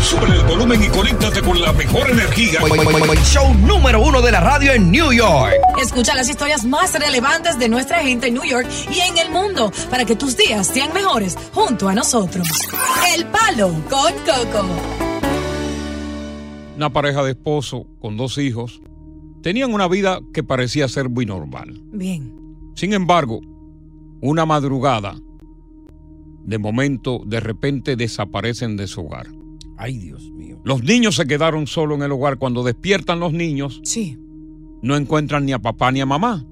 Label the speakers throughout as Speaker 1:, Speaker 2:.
Speaker 1: Sube el volumen y conéctate con la mejor energía.
Speaker 2: Show número uno de la radio en New York.
Speaker 3: Escucha las historias más relevantes de nuestra gente en New York y en el mundo para que tus días sean mejores junto a nosotros. El Palo con Coco.
Speaker 4: Una pareja de esposo con dos hijos tenían una vida que parecía ser muy normal.
Speaker 3: Bien.
Speaker 4: Sin embargo, una madrugada, de momento, de repente desaparecen de su hogar.
Speaker 2: Ay, Dios mío.
Speaker 4: Los niños se quedaron solos en el hogar. Cuando despiertan los niños,
Speaker 3: Sí.
Speaker 4: no encuentran ni a papá ni a mamá.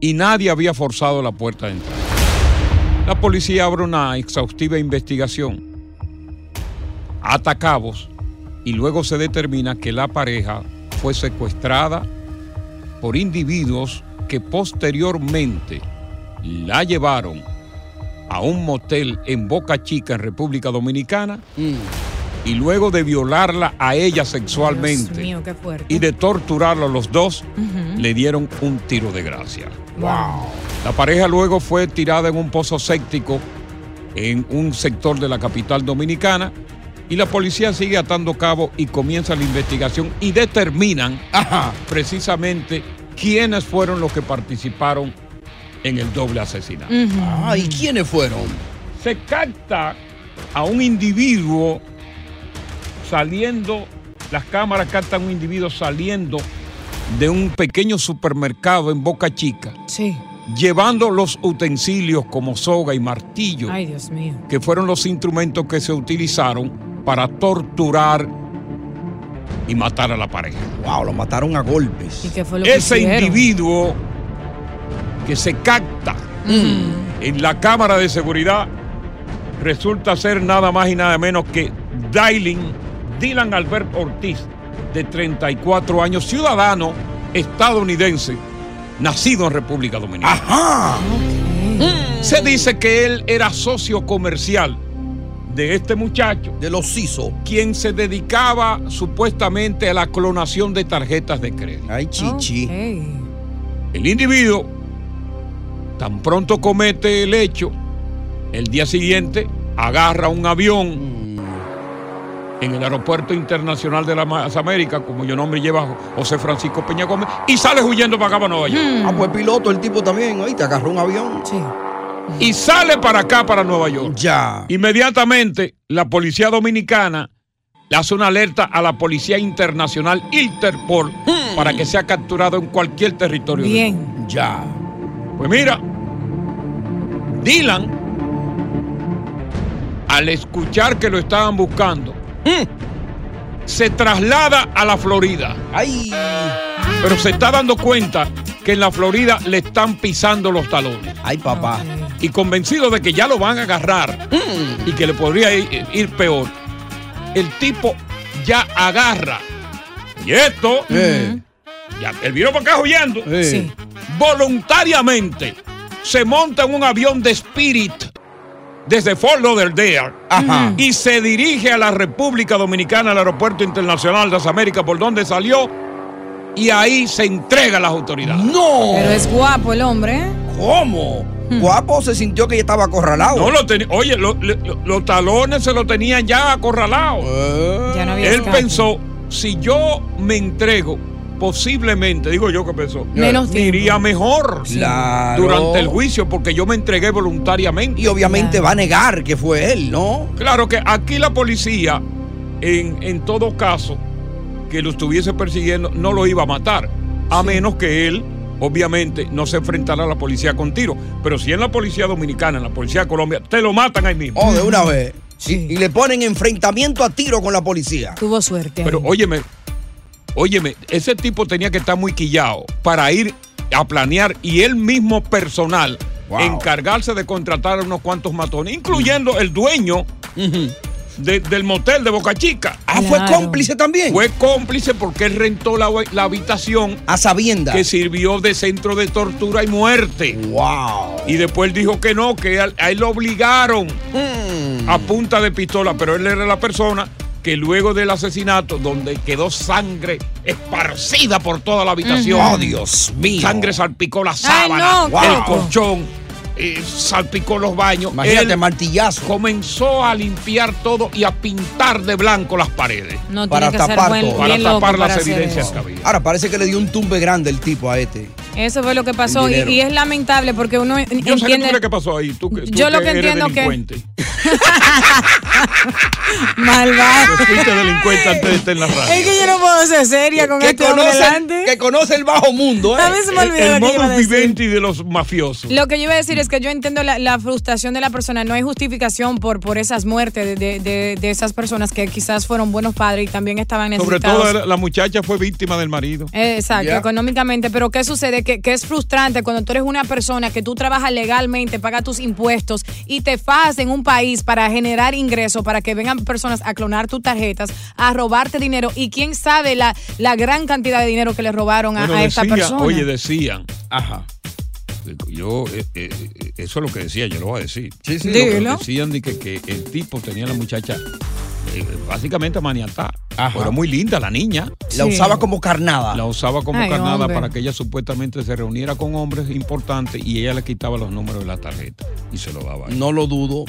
Speaker 4: Y nadie había forzado la puerta de entrada. La policía abre una exhaustiva investigación. Ata cabos y luego se determina que la pareja fue secuestrada por individuos que posteriormente la llevaron a un motel en Boca Chica, en República Dominicana,
Speaker 3: Mm.
Speaker 4: y luego de violarla a ella sexualmente
Speaker 3: Dios mío, qué fuerte.
Speaker 4: y de torturarlo a los dos, le dieron un tiro de gracia. La pareja luego fue tirada en un pozo séptico en un sector de la capital dominicana y la policía sigue atando cabo y comienza la investigación y determinan precisamente quiénes fueron los que participaron en el doble asesinato.
Speaker 2: Ay, ¿quiénes fueron?
Speaker 4: Se capta a un individuo saliendo, las cámaras captan a un individuo saliendo de un pequeño supermercado en Boca Chica,
Speaker 3: Sí.
Speaker 4: llevando los utensilios como soga y martillo,
Speaker 3: Ay, Dios mío.
Speaker 4: que fueron los instrumentos que se utilizaron para torturar y matar a la pareja.
Speaker 2: Wow, lo mataron a golpes.
Speaker 3: ¿Y qué fue lo que
Speaker 4: Ese
Speaker 3: hicieron?
Speaker 4: individuo que se capta
Speaker 2: Mm.
Speaker 4: en la cámara de seguridad resulta ser nada más y nada menos que Dylan, Dylan Albert Ortiz, de 34 años, ciudadano estadounidense, nacido en República Dominicana. Mm. Se dice que él era socio comercial de este muchacho,
Speaker 2: De los CISO.
Speaker 4: quien se dedicaba supuestamente a la clonación de tarjetas de crédito.
Speaker 2: Ay, chichi.
Speaker 3: Ok.
Speaker 4: El individuo tan pronto comete el hecho, el día siguiente agarra un avión
Speaker 2: Mm.
Speaker 4: en el aeropuerto internacional de las Américas, como yo nombre lleva José Francisco Peña Gómez, y sale huyendo para acá, para Nueva York.
Speaker 2: Ah, pues piloto, el tipo también. Ahí te agarró un avión.
Speaker 3: Sí.
Speaker 4: Y sale para acá, para Nueva York.
Speaker 2: Ya.
Speaker 4: Inmediatamente, la policía dominicana le hace una alerta a la policía internacional Interpol
Speaker 2: Mm.
Speaker 4: para que sea capturado en cualquier territorio. del
Speaker 3: Bien.
Speaker 2: Ya.
Speaker 4: Pues mira, Dylan, al escuchar que lo estaban buscando, se traslada a la Florida.
Speaker 2: Ay.
Speaker 4: Pero se está dando cuenta que en la Florida le están pisando los talones.
Speaker 2: Ay, papá.
Speaker 4: Y convencido de que ya lo van a agarrar
Speaker 2: Mm.
Speaker 4: y que le podría ir, ir peor, el tipo ya agarra. Y esto,
Speaker 2: Eh,
Speaker 4: ya, el vino para acá huyendo.
Speaker 2: eh.
Speaker 3: Sí.
Speaker 4: voluntariamente se monta en un avión de Spirit desde Fort Lauderdale
Speaker 2: Ajá.
Speaker 4: y se dirige a la República Dominicana, al Aeropuerto Internacional de las Américas, por donde salió, y ahí se entrega a las autoridades.
Speaker 2: ¡No!
Speaker 3: Pero es guapo el hombre, ¿eh?
Speaker 2: ¿Cómo? Guapo se sintió que ya estaba acorralado.
Speaker 4: No lo tenía. Oye, lo- le- lo- los talones se lo tenían ya acorralados.
Speaker 2: Eh.
Speaker 3: Ya no había
Speaker 4: Él
Speaker 3: escape.
Speaker 4: pensó, si yo me entrego, posiblemente, digo yo que pensó,
Speaker 3: Menos
Speaker 4: me
Speaker 3: tiempo.
Speaker 4: iría mejor
Speaker 2: Claro.
Speaker 4: durante el juicio porque yo me entregué voluntariamente.
Speaker 2: Y obviamente
Speaker 3: Claro.
Speaker 2: va a negar que fue él, ¿no?
Speaker 4: Claro que aquí la policía, en, en todo caso, que lo estuviese persiguiendo, no lo iba a matar, a menos que él, obviamente, no se enfrentara a la policía con tiro. Pero si en la policía dominicana, en la policía de Colombia, te lo matan ahí mismo.
Speaker 2: Oh, de una vez.
Speaker 3: Sí.
Speaker 2: Y, y le ponen enfrentamiento a tiro con la policía.
Speaker 3: Tuvo suerte. ahí.
Speaker 4: Pero óyeme, óyeme, ese tipo tenía que estar muy quillado para ir a planear y él mismo personal
Speaker 2: Wow.
Speaker 4: encargarse de contratar a unos cuantos matones, incluyendo el dueño de- del motel de Boca Chica.
Speaker 2: Ah, fue
Speaker 3: Claro.
Speaker 2: cómplice también.
Speaker 4: Fue cómplice porque él rentó la, la habitación
Speaker 2: a sabienda.
Speaker 4: que sirvió de centro de tortura y muerte.
Speaker 2: Wow.
Speaker 4: Y después dijo que no, que a, a él lo obligaron
Speaker 2: Mm.
Speaker 4: a punta de pistola, pero él era la persona que luego del asesinato, donde quedó sangre esparcida por toda la habitación,
Speaker 2: Oh, Dios mío.
Speaker 4: sangre salpicó la
Speaker 3: Ay,
Speaker 4: sábana,
Speaker 3: no,
Speaker 4: el
Speaker 2: wow.
Speaker 4: colchón, eh, salpicó los baños.
Speaker 2: Imagínate,
Speaker 4: Él
Speaker 2: martillazo.
Speaker 4: comenzó a limpiar todo y a pintar de blanco las paredes
Speaker 3: no
Speaker 2: para
Speaker 3: tiene que ser
Speaker 2: tapar
Speaker 3: buen,
Speaker 2: todo.
Speaker 4: para
Speaker 3: bien loco
Speaker 4: tapar las
Speaker 3: para hacer
Speaker 4: evidencias
Speaker 3: eso.
Speaker 4: que había.
Speaker 2: Ahora parece que le dio un tumbe grande el tipo a este.
Speaker 3: Eso fue lo que pasó y,
Speaker 2: dinero.
Speaker 3: y es lamentable porque uno en-
Speaker 4: Yo sé que tú
Speaker 3: entiende
Speaker 4: crees que pasó ahí. Tú, que- tú
Speaker 3: Yo lo que
Speaker 4: eres
Speaker 3: entiendo que-
Speaker 4: delincuente.
Speaker 3: malvado.
Speaker 4: Tú fuiste delincuente antes de estar en la radio.
Speaker 3: Es que yo no puedo ser seria con
Speaker 2: que,
Speaker 3: este hombre
Speaker 2: conoce,
Speaker 3: delante.
Speaker 2: que conoce el bajo mundo, ¿eh?
Speaker 3: A mí se me
Speaker 4: El,
Speaker 3: olvidó lo que iba a
Speaker 4: modo
Speaker 3: decir.
Speaker 4: vivendi de los mafiosos.
Speaker 3: Lo que yo iba a decir es que yo entiendo la, la frustración de la persona. No hay justificación por, por esas muertes de, de- de- de esas personas que quizás fueron buenos padres y también estaban
Speaker 4: Sobre
Speaker 3: necesitados.
Speaker 4: todo la, la muchacha fue víctima del marido.
Speaker 3: Eh, Exacto,
Speaker 2: Ya.
Speaker 3: económicamente. Pero ¿qué sucede? Que, que es frustrante cuando tú eres una persona que tú trabajas legalmente, pagas tus impuestos y te fas en un país para generar ingresos, para que vengan personas a clonar tus tarjetas, a robarte dinero y quién sabe la, la gran cantidad de dinero que le robaron a,
Speaker 4: Bueno,
Speaker 3: a esta
Speaker 4: decía-
Speaker 3: persona.
Speaker 4: Oye, decían.
Speaker 2: Ajá.
Speaker 4: Yo, eh, eh, eh, eso es lo que decía, yo lo voy a decir.
Speaker 2: Sí, sí.
Speaker 4: Lo que
Speaker 3: Dilo.
Speaker 4: decían de que, que el tipo tenía a la muchacha eh, básicamente maniatada.
Speaker 2: Ajá.
Speaker 4: Era muy linda la niña.
Speaker 2: La
Speaker 3: Sí.
Speaker 2: usaba como carnada.
Speaker 4: La usaba como
Speaker 3: Ay,
Speaker 4: carnada
Speaker 3: hombre.
Speaker 4: para que ella supuestamente se reuniera con hombres importantes y ella le quitaba los números de la tarjeta y se lo daba. a él.
Speaker 2: No lo dudo.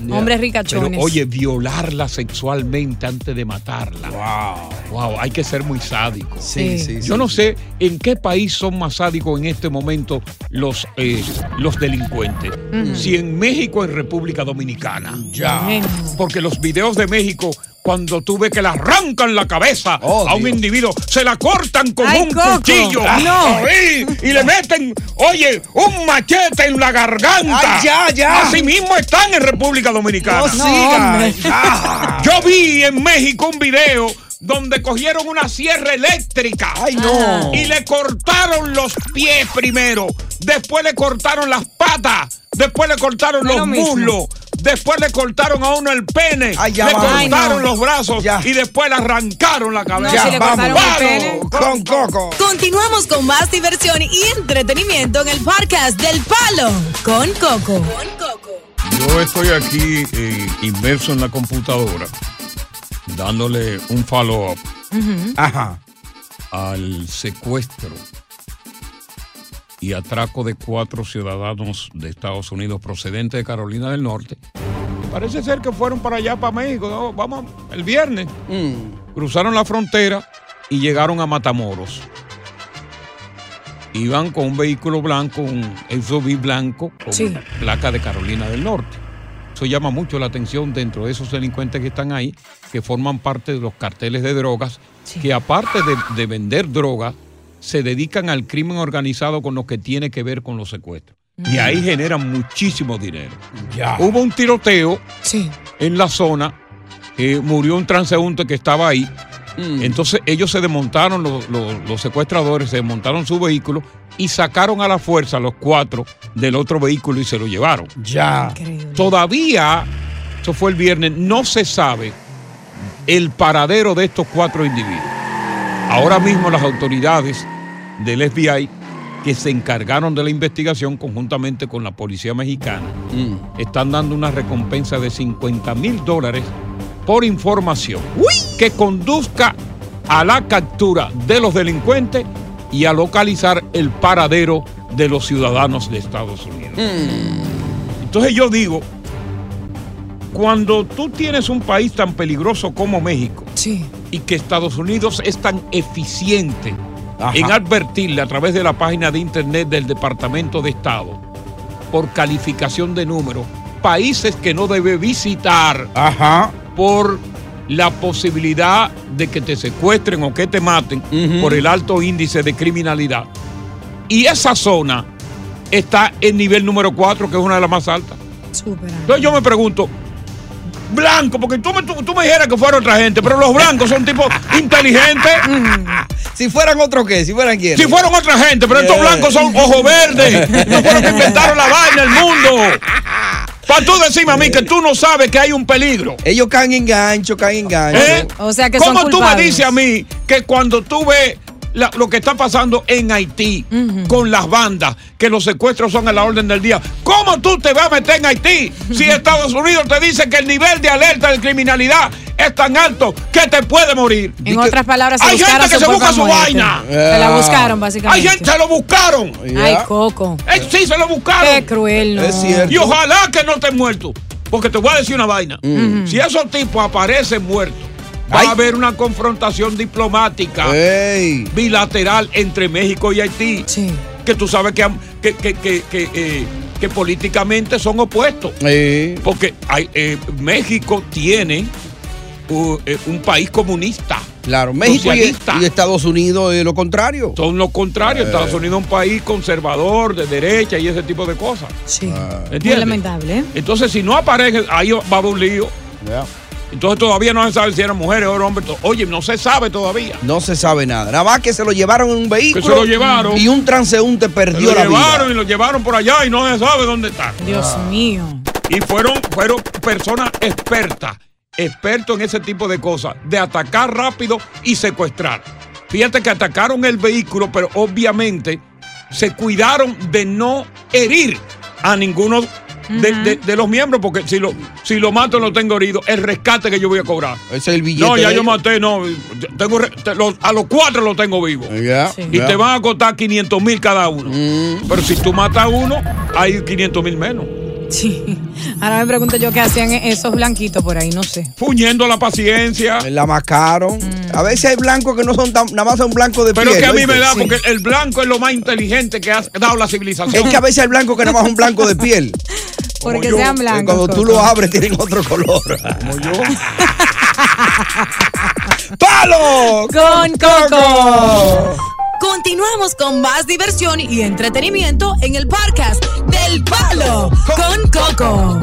Speaker 3: Hombres
Speaker 4: Pero
Speaker 3: ricachones.
Speaker 4: oye, violarla sexualmente antes de matarla.
Speaker 2: Wow.
Speaker 4: Wow, hay que ser muy sádico.
Speaker 2: Sí,
Speaker 3: Sí.
Speaker 2: sí,
Speaker 4: Yo
Speaker 2: sí,
Speaker 4: no
Speaker 2: sí.
Speaker 4: sé en qué país son más sádicos en este momento los, eh, los delincuentes. Si en México o en República Dominicana.
Speaker 2: Mm. Ya.
Speaker 3: Genio.
Speaker 4: Porque los videos de México, cuando tú ves que le arrancan la cabeza
Speaker 2: Oh,
Speaker 4: a un
Speaker 2: Dios. Ah,
Speaker 4: individuo, se la cortan con
Speaker 3: Ay,
Speaker 4: un
Speaker 3: Coco.
Speaker 4: cuchillo.
Speaker 3: No.
Speaker 4: Ahí, y le meten, oye, un machete en la garganta.
Speaker 2: Ay, ya, ya.
Speaker 4: Así mismo están en República Dominicana.
Speaker 2: No siga.
Speaker 3: hombre.
Speaker 2: Ya.
Speaker 4: Yo vi en México un video donde cogieron una sierra eléctrica.
Speaker 2: Ay, no.
Speaker 4: Y le cortaron los pies primero, después le cortaron las patas, después le cortaron
Speaker 3: No es
Speaker 4: los
Speaker 3: lo mismo.
Speaker 4: muslos, después le cortaron a uno el pene,
Speaker 2: Ay, ya
Speaker 4: le
Speaker 2: va.
Speaker 4: cortaron
Speaker 3: Ay, no.
Speaker 4: los brazos
Speaker 2: Ya.
Speaker 4: y después le arrancaron la cabeza.
Speaker 3: No, si le cortaron el pene.
Speaker 2: Con Coco.
Speaker 3: Continuamos con más diversión y entretenimiento en el podcast del Palo con Coco.
Speaker 4: Yo estoy aquí eh, inmerso en la computadora, dándole un follow up
Speaker 2: Ajá.
Speaker 4: al secuestro y atraco de cuatro ciudadanos de Estados Unidos procedentes de Carolina del Norte. Parece ser que fueron para allá, para México. ¿no? Vamos, el viernes. Cruzaron la frontera y llegaron a Matamoros. Iban con un vehículo blanco, un SUV blanco, con
Speaker 3: Sí.
Speaker 4: placa de Carolina del Norte. Eso llama mucho la atención dentro de esos delincuentes que están ahí, que forman parte de los carteles de drogas, que aparte de, de vender drogas, se dedican al crimen organizado con lo que tiene que ver con los secuestros.
Speaker 3: Mm.
Speaker 4: Y ahí generan muchísimo dinero.
Speaker 2: Ya.
Speaker 4: Hubo un tiroteo
Speaker 3: Sí.
Speaker 4: en la zona, eh, murió un transeúnte que estaba ahí. Entonces ellos se desmontaron, los, los- los secuestradores se desmontaron su vehículo y sacaron a la fuerza a los cuatro del otro vehículo y se lo llevaron.
Speaker 2: Ya.
Speaker 3: Increíble.
Speaker 4: Todavía, eso fue el viernes, no se sabe el paradero de estos cuatro individuos. Ahora mismo las autoridades del FBI que se encargaron de la investigación conjuntamente con la policía mexicana están dando una recompensa de 50 mil dólares por información que conduzca a la captura de los delincuentes y a localizar el paradero de los ciudadanos de Estados Unidos. Entonces yo digo, cuando tú tienes un país tan peligroso como México
Speaker 3: Sí.
Speaker 4: y que Estados Unidos es tan eficiente
Speaker 2: Ajá.
Speaker 4: en advertirle a través de la página de internet del Departamento de Estado por calificación de números, países que no debe visitar
Speaker 2: Ajá.
Speaker 4: por la posibilidad de que te secuestren o que te maten
Speaker 2: Ujú.
Speaker 4: por el alto índice de criminalidad. Y esa zona está en nivel número 4, que es una de las más altas.
Speaker 3: Súper.
Speaker 4: Entonces yo me pregunto, blanco, porque tú me, tú, tú me dijeras que fuera otra gente, pero los blancos son tipos inteligentes.
Speaker 2: Si fueran otro qué, si fueran quién.
Speaker 4: Si fueron otra gente, pero estos
Speaker 2: Eh.
Speaker 4: blancos son ojo verde. No fueron que inventaron la vaina del mundo. Para tú decirme a mí que tú no sabes que hay un peligro.
Speaker 2: Ellos caen en gancho, caen en gancho.
Speaker 4: ¿Eh?
Speaker 3: O sea que son
Speaker 4: ¿Cómo tú me
Speaker 3: culpables.
Speaker 4: dices a mí que cuando tú ves la- lo que está pasando en Haití con las bandas, que los secuestros son a la orden del día, ¿cómo tú te vas a meter en Haití si Estados Unidos te dice que el nivel de alerta de criminalidad es tan alto que te puede morir?
Speaker 3: En otras palabras, se
Speaker 4: Hay gente
Speaker 3: buscaron
Speaker 4: que
Speaker 3: su
Speaker 4: se busca
Speaker 3: propia
Speaker 4: su
Speaker 3: muerte.
Speaker 4: vaina.
Speaker 3: Se la buscaron, básicamente.
Speaker 4: Hay gente, se lo buscaron.
Speaker 3: Ay, Coco.
Speaker 4: Eh, sí, se lo
Speaker 3: Qué
Speaker 4: buscaron.
Speaker 3: cruel, ¿no?
Speaker 2: Es cierto.
Speaker 4: Y ojalá que no esté muerto. Porque te voy a decir una vaina. Si esos tipos aparecen muertos, va
Speaker 2: Mm. Ay.
Speaker 4: a haber una confrontación diplomática
Speaker 2: Ey.
Speaker 4: bilateral entre México y Haití.
Speaker 3: Sí.
Speaker 4: Que tú sabes que, am- que, que- que- que, eh, que políticamente son opuestos.
Speaker 2: Ey.
Speaker 4: Porque hay- eh, México tiene uh, eh, un país comunista.
Speaker 2: Claro, México y,
Speaker 4: Socialista.
Speaker 2: y Estados Unidos es lo contrario.
Speaker 4: Son lo
Speaker 2: Eh.
Speaker 4: contrario. Estados Unidos es un país conservador, de derecha y ese tipo de cosas.
Speaker 3: Sí. Muy
Speaker 4: ¿Entiendes?
Speaker 3: lamentable, ¿eh?
Speaker 4: Entonces, si no aparece, ahí va a haber un lío.
Speaker 2: Ya.
Speaker 4: Entonces todavía no se sabe si eran mujeres o eran hombres. Oye, no se sabe todavía.
Speaker 2: No se sabe nada. Nada más que se lo llevaron en un vehículo.
Speaker 4: se lo llevaron.
Speaker 2: Y un transeúnte
Speaker 4: Se
Speaker 2: perdió
Speaker 4: lo
Speaker 2: la
Speaker 4: llevaron y
Speaker 2: vida. Ah.
Speaker 4: lo llevaron por allá y no se sabe dónde está.
Speaker 3: Dios mío.
Speaker 4: Y fueron, fueron personas expertas, expertos en ese tipo de cosas, de atacar rápido y secuestrar. Fíjate que atacaron el vehículo, pero obviamente se cuidaron de no herir a ninguno de, de- de los miembros, porque si lo, si lo mato lo tengo herido, el rescate que yo voy a cobrar.
Speaker 2: Ese es el billete.
Speaker 4: No, ya
Speaker 2: de
Speaker 4: yo
Speaker 2: ellos.
Speaker 4: maté, no. Tengo, re- te- los- a los cuatro los tengo vivos.
Speaker 2: Ya,
Speaker 3: Sí.
Speaker 4: Y
Speaker 2: ya. Mm.
Speaker 4: te van a costar 500 mil cada uno. Pero si tú matas a uno, hay 500 mil menos.
Speaker 3: Sí. Ahora me pregunto yo qué hacían esos blanquitos por ahí, no sé.
Speaker 4: Fuñendo la paciencia.
Speaker 2: La mascaron.
Speaker 3: Mm.
Speaker 2: A veces hay blancos que no son tan, nada más son blancos de
Speaker 4: Pero
Speaker 2: piel.
Speaker 4: que a mí
Speaker 2: ¿oíste?
Speaker 4: me da,
Speaker 2: Sí.
Speaker 4: porque el blanco es lo más inteligente que ha dado la civilización.
Speaker 2: Es que a veces hay blancos que nada más son blancos de piel.
Speaker 4: Como
Speaker 3: Porque
Speaker 4: yo,
Speaker 3: sean
Speaker 4: que
Speaker 3: blancos.
Speaker 2: Cuando tú
Speaker 3: Coco.
Speaker 2: lo abres tienen otro color.
Speaker 4: Como yo.
Speaker 2: ¡Palo!
Speaker 3: Con Coco. Continuamos con más diversión y entretenimiento en el podcast del Palo con Coco.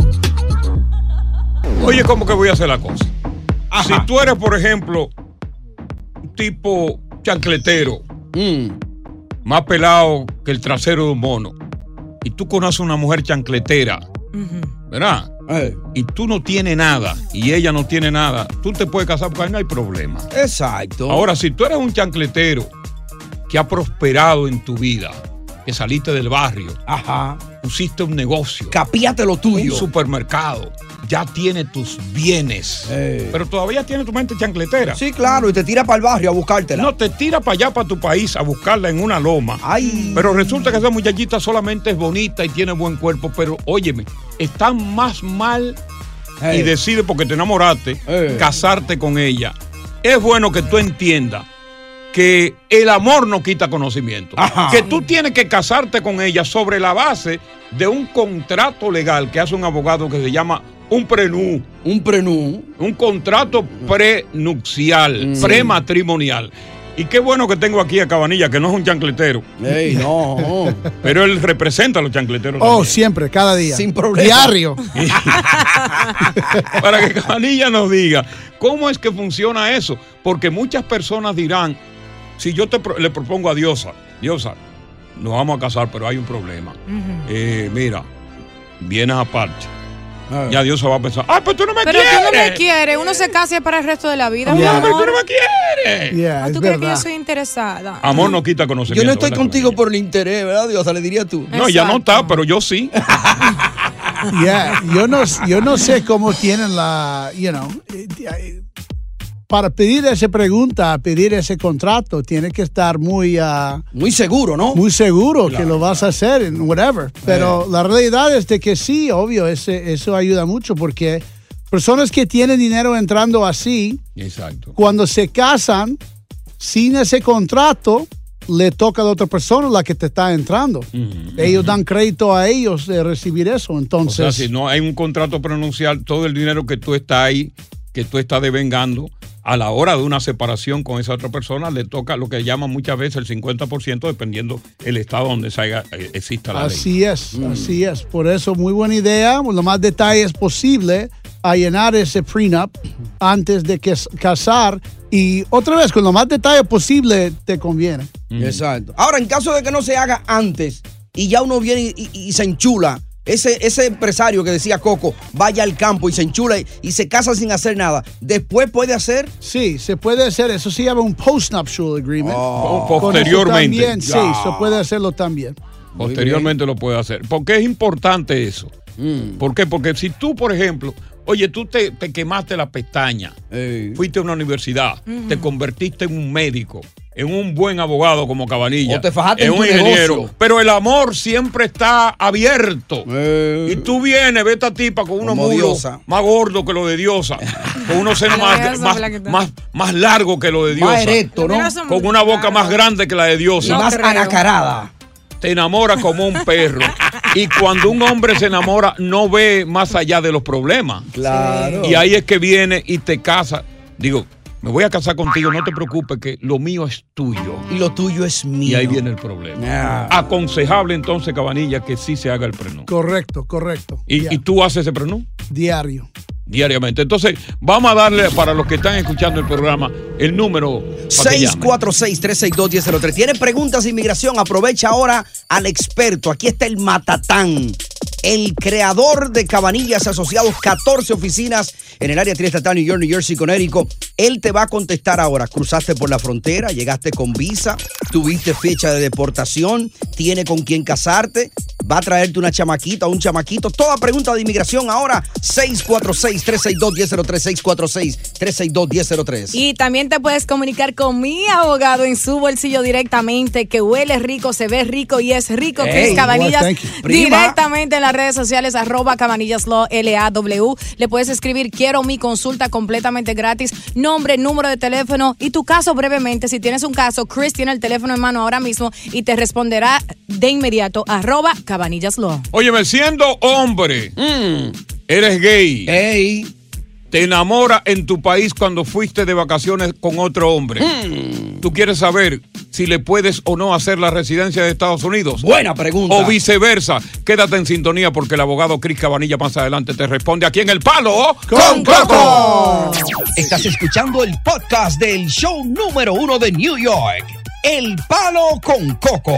Speaker 4: Oye, ¿cómo que voy a hacer la cosa? Si tú eres, por ejemplo, un tipo chancletero,
Speaker 2: Mm.
Speaker 4: más pelado que el trasero de un mono, y tú conoces una mujer chancletera, ¿verdad?
Speaker 2: Eh,
Speaker 4: Y tú no tienes nada, y ella no tiene nada, tú te puedes casar porque ahí no hay problema.
Speaker 2: Exacto.
Speaker 4: Ahora, si tú eres un chancletero que ha prosperado en tu vida, que saliste del barrio,
Speaker 2: Ajá.
Speaker 4: pusiste un negocio,
Speaker 2: Capíate lo
Speaker 4: un
Speaker 2: tuyo.
Speaker 4: supermercado, ya tiene tus bienes,
Speaker 2: Eh.
Speaker 4: pero todavía tiene tu mente chancletera.
Speaker 2: Sí, claro, y te tira para el barrio a buscártela.
Speaker 4: No te tira para allá, para tu país, a buscarla en una loma.
Speaker 2: Ay.
Speaker 4: Pero resulta que esa muchachita solamente es bonita y tiene buen cuerpo, pero óyeme, está más mal
Speaker 2: Ey.
Speaker 4: y decide porque te enamoraste,
Speaker 2: Eh.
Speaker 4: casarte con ella. Es bueno que tú entiendas que el amor no quita conocimiento.
Speaker 2: Ajá.
Speaker 4: Que tú tienes que casarte con ella sobre la base de un contrato legal que hace un abogado que se llama un prenú,
Speaker 2: Un prenú. Mm.
Speaker 4: un contrato prenupcial, prematrimonial. Y qué bueno que tengo aquí a Cabanilla, que no es un chancletero,
Speaker 2: Ey, no.
Speaker 4: pero él representa a los chancleteros.
Speaker 5: Oh,
Speaker 4: también.
Speaker 5: siempre, cada día.
Speaker 2: Sin problema.
Speaker 5: Diario.
Speaker 4: para que Cabanilla nos diga cómo es que funciona eso. Porque muchas personas dirán, si yo te pro- le propongo a Diosa, Diosa, nos vamos a casar, pero hay un problema. Eh, mira, vienes aparte. Ya Diosa va a pensar, ah, pues tú no me
Speaker 3: Pero
Speaker 4: quieres.
Speaker 3: tú no me quieres, uno se casa y es para el resto de la vida. mi
Speaker 5: Ya.
Speaker 4: Ah, pero tú
Speaker 3: amor.
Speaker 4: no me quieres.
Speaker 5: Yeah,
Speaker 3: Ah,
Speaker 5: es
Speaker 3: ¿Tú crees que yo
Speaker 5: verdad.
Speaker 3: soy interesada?
Speaker 4: Amor eh. no quita
Speaker 2: Yo
Speaker 4: conocimiento.
Speaker 2: no estoy
Speaker 4: ¿verdad,
Speaker 2: contigo
Speaker 4: Cabanilla?
Speaker 2: por el interés, ¿verdad, Dios? O sea, le diría tú.
Speaker 4: No, ya no está,
Speaker 3: Exacto.
Speaker 4: pero yo sí.
Speaker 5: Yeah, Yo, no, yo no sé cómo tienen la, you know, eh, eh, para pedir esa pregunta, pedir ese contrato, tiene que estar muy... ah,
Speaker 2: Muy seguro, ¿no? Eh.
Speaker 5: muy seguro que lo vas a hacer en whatever. Pero la realidad es de que sí, obvio, ese, eso ayuda mucho porque personas que tienen dinero entrando así,
Speaker 4: Exacto.
Speaker 5: cuando se casan, sin ese contrato, le toca a la otra persona la que te está entrando. Ellos dan crédito a ellos de recibir eso.
Speaker 4: O
Speaker 5: Entonces,
Speaker 4: sea, si no hay un contrato pronuncial, todo el dinero que tú estás ahí, que tú estás devengando, a la hora de una separación con esa otra persona, le toca lo que llaman muchas veces el 50%, dependiendo el estado donde se haga- eh, exista la ley.
Speaker 5: Así es, así es. Por eso, muy buena idea. pues, Lo más detalles posible a llenar ese prenup antes de que s- casar. Y otra vez, con lo más detalle posible, te conviene.
Speaker 4: Mm.
Speaker 2: Exacto. Ahora, en caso de que no se haga antes y ya uno viene y, y- y se enchula, ese, ese empresario que decía Coco, vaya al campo y se enchula y, y se casa sin hacer nada, después puede hacer.
Speaker 5: Sí, se puede hacer. Eso se llama un postnuptial agreement.
Speaker 4: Po-
Speaker 5: Con eso
Speaker 4: Oh. posteriormente.
Speaker 5: También, sí,
Speaker 4: Ya.
Speaker 5: se puede hacerlo también.
Speaker 4: Posteriormente lo puede hacer. ¿Por qué es importante eso?
Speaker 2: Mm.
Speaker 4: ¿Por qué? Porque si tú, por ejemplo, oye, tú te, te quemaste la pestaña, fuiste a una universidad, te convertiste en un médico, en un buen abogado como Cabanilla,
Speaker 2: O te fajaste
Speaker 4: en
Speaker 2: en
Speaker 4: un
Speaker 2: tu
Speaker 4: ingeniero,
Speaker 2: negocio.
Speaker 4: pero el amor siempre está abierto. Y tú vienes, ve esta tipa con unos
Speaker 2: Como
Speaker 4: muros
Speaker 2: diosa.
Speaker 4: más gordos que los de diosa, con unos senos
Speaker 3: La
Speaker 4: más,
Speaker 3: diosa,
Speaker 4: más,
Speaker 3: la que está.
Speaker 4: más- más largos que los de
Speaker 2: Más
Speaker 4: diosa,
Speaker 2: erecto, ¿no?
Speaker 3: Mira, son-
Speaker 4: con una boca más grande que la de
Speaker 2: Y
Speaker 4: diosa
Speaker 3: No
Speaker 2: más
Speaker 3: creo.
Speaker 2: anacarada.
Speaker 4: te enamora como un perro. Y cuando un hombre se enamora, no ve más allá de los problemas.
Speaker 2: Claro.
Speaker 4: Y ahí es que viene y te casa. Digo, me voy a casar contigo, no te preocupes, que lo mío es tuyo.
Speaker 2: Y lo tuyo es mío.
Speaker 4: Y ahí viene el problema.
Speaker 2: Ah.
Speaker 4: Aconsejable entonces, Cabanilla, que sí se haga el prenú.
Speaker 5: Correcto, correcto.
Speaker 4: Y,
Speaker 5: Ya,
Speaker 4: y tú haces ese prenú
Speaker 5: Diario.
Speaker 4: diariamente. Entonces, vamos a darle para los que están escuchando el programa el número. para que llamen.
Speaker 2: 646-362-1003. Tienes preguntas de inmigración, aprovecha ahora al experto. Aquí está el Matatán, el creador de Cabanillas Asociados, 14 oficinas en el área triestatal New York, New Jersey, Connecticut. Él te va a contestar ahora. Cruzaste por la frontera, llegaste con visa, tuviste fecha de deportación, tiene con quién casarte, va a traerte una chamaquita o un chamaquito. Toda pregunta de inmigración ahora, 646-362-1003, 646-362-1003.
Speaker 3: Y también te puedes comunicar con mi abogado en su bolsillo directamente, que huele rico, se ve rico y es rico.
Speaker 2: Hey,
Speaker 3: Chris Cabanillas,
Speaker 5: well, thank you.
Speaker 2: Prima.
Speaker 3: directamente en las redes sociales, arroba Cabanillas Law, L-A-W. Le puedes escribir, quiero mi consulta completamente gratis, nombre, número de teléfono y tu caso brevemente. Si tienes un caso, Chris tiene el teléfono en mano ahora mismo y te responderá de inmediato, arroba Cabanillas Law.
Speaker 4: Óyeme, siendo hombre, eres gay.
Speaker 2: Mm. Ey.
Speaker 4: te enamora en tu país cuando fuiste de vacaciones con otro hombre.
Speaker 2: Mm.
Speaker 4: Tú quieres saber si le puedes o no hacer la residencia de Estados Unidos.
Speaker 2: Buena pregunta.
Speaker 4: O viceversa. Quédate en sintonía porque el abogado Cris Cabanilla más adelante te responde aquí en El Palo
Speaker 2: con Coco. Estás escuchando el podcast del show número uno de New York, El Palo con Coco.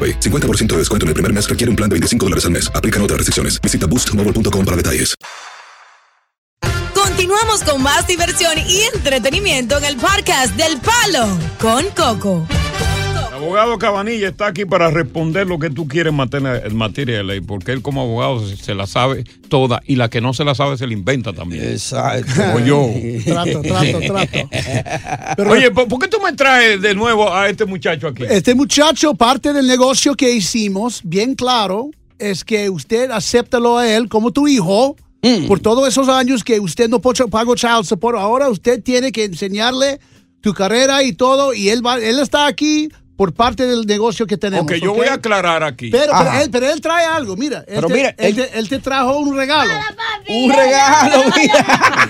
Speaker 6: 50% de descuento en el primer mes requiere un plan de 25 dólares al mes. Aplican otras restricciones. Visita boostmobile.com para detalles.
Speaker 7: Continuamos con más diversión y entretenimiento en el podcast del Palo con Coco.
Speaker 4: El abogado Cabanilla está aquí para responder lo que tú quieres en materia, en materia de ley, porque él como abogado se, se la sabe toda y la que no se la sabe se la inventa también. Exacto. Como yo.
Speaker 5: Trato, trato, trato.
Speaker 4: Oye, ¿por, por qué tú me traes de nuevo a este muchacho aquí?
Speaker 5: Este muchacho, parte del negocio que hicimos, bien claro, es que usted acéptalo a él como tu hijo. Por todos esos años que usted no pocho- pagó child support, ahora usted tiene que enseñarle tu carrera y todo, y él va, él está aquí por parte del negocio que tenemos.
Speaker 4: Ok, yo
Speaker 5: ¿ok?
Speaker 4: voy a aclarar aquí.
Speaker 5: Pero, pero él, pero él trae algo, mira. Él
Speaker 4: Pero
Speaker 5: te,
Speaker 4: mira,
Speaker 5: él,
Speaker 4: él-
Speaker 5: te, él te trajo un regalo.
Speaker 8: Un regalo,
Speaker 5: mira.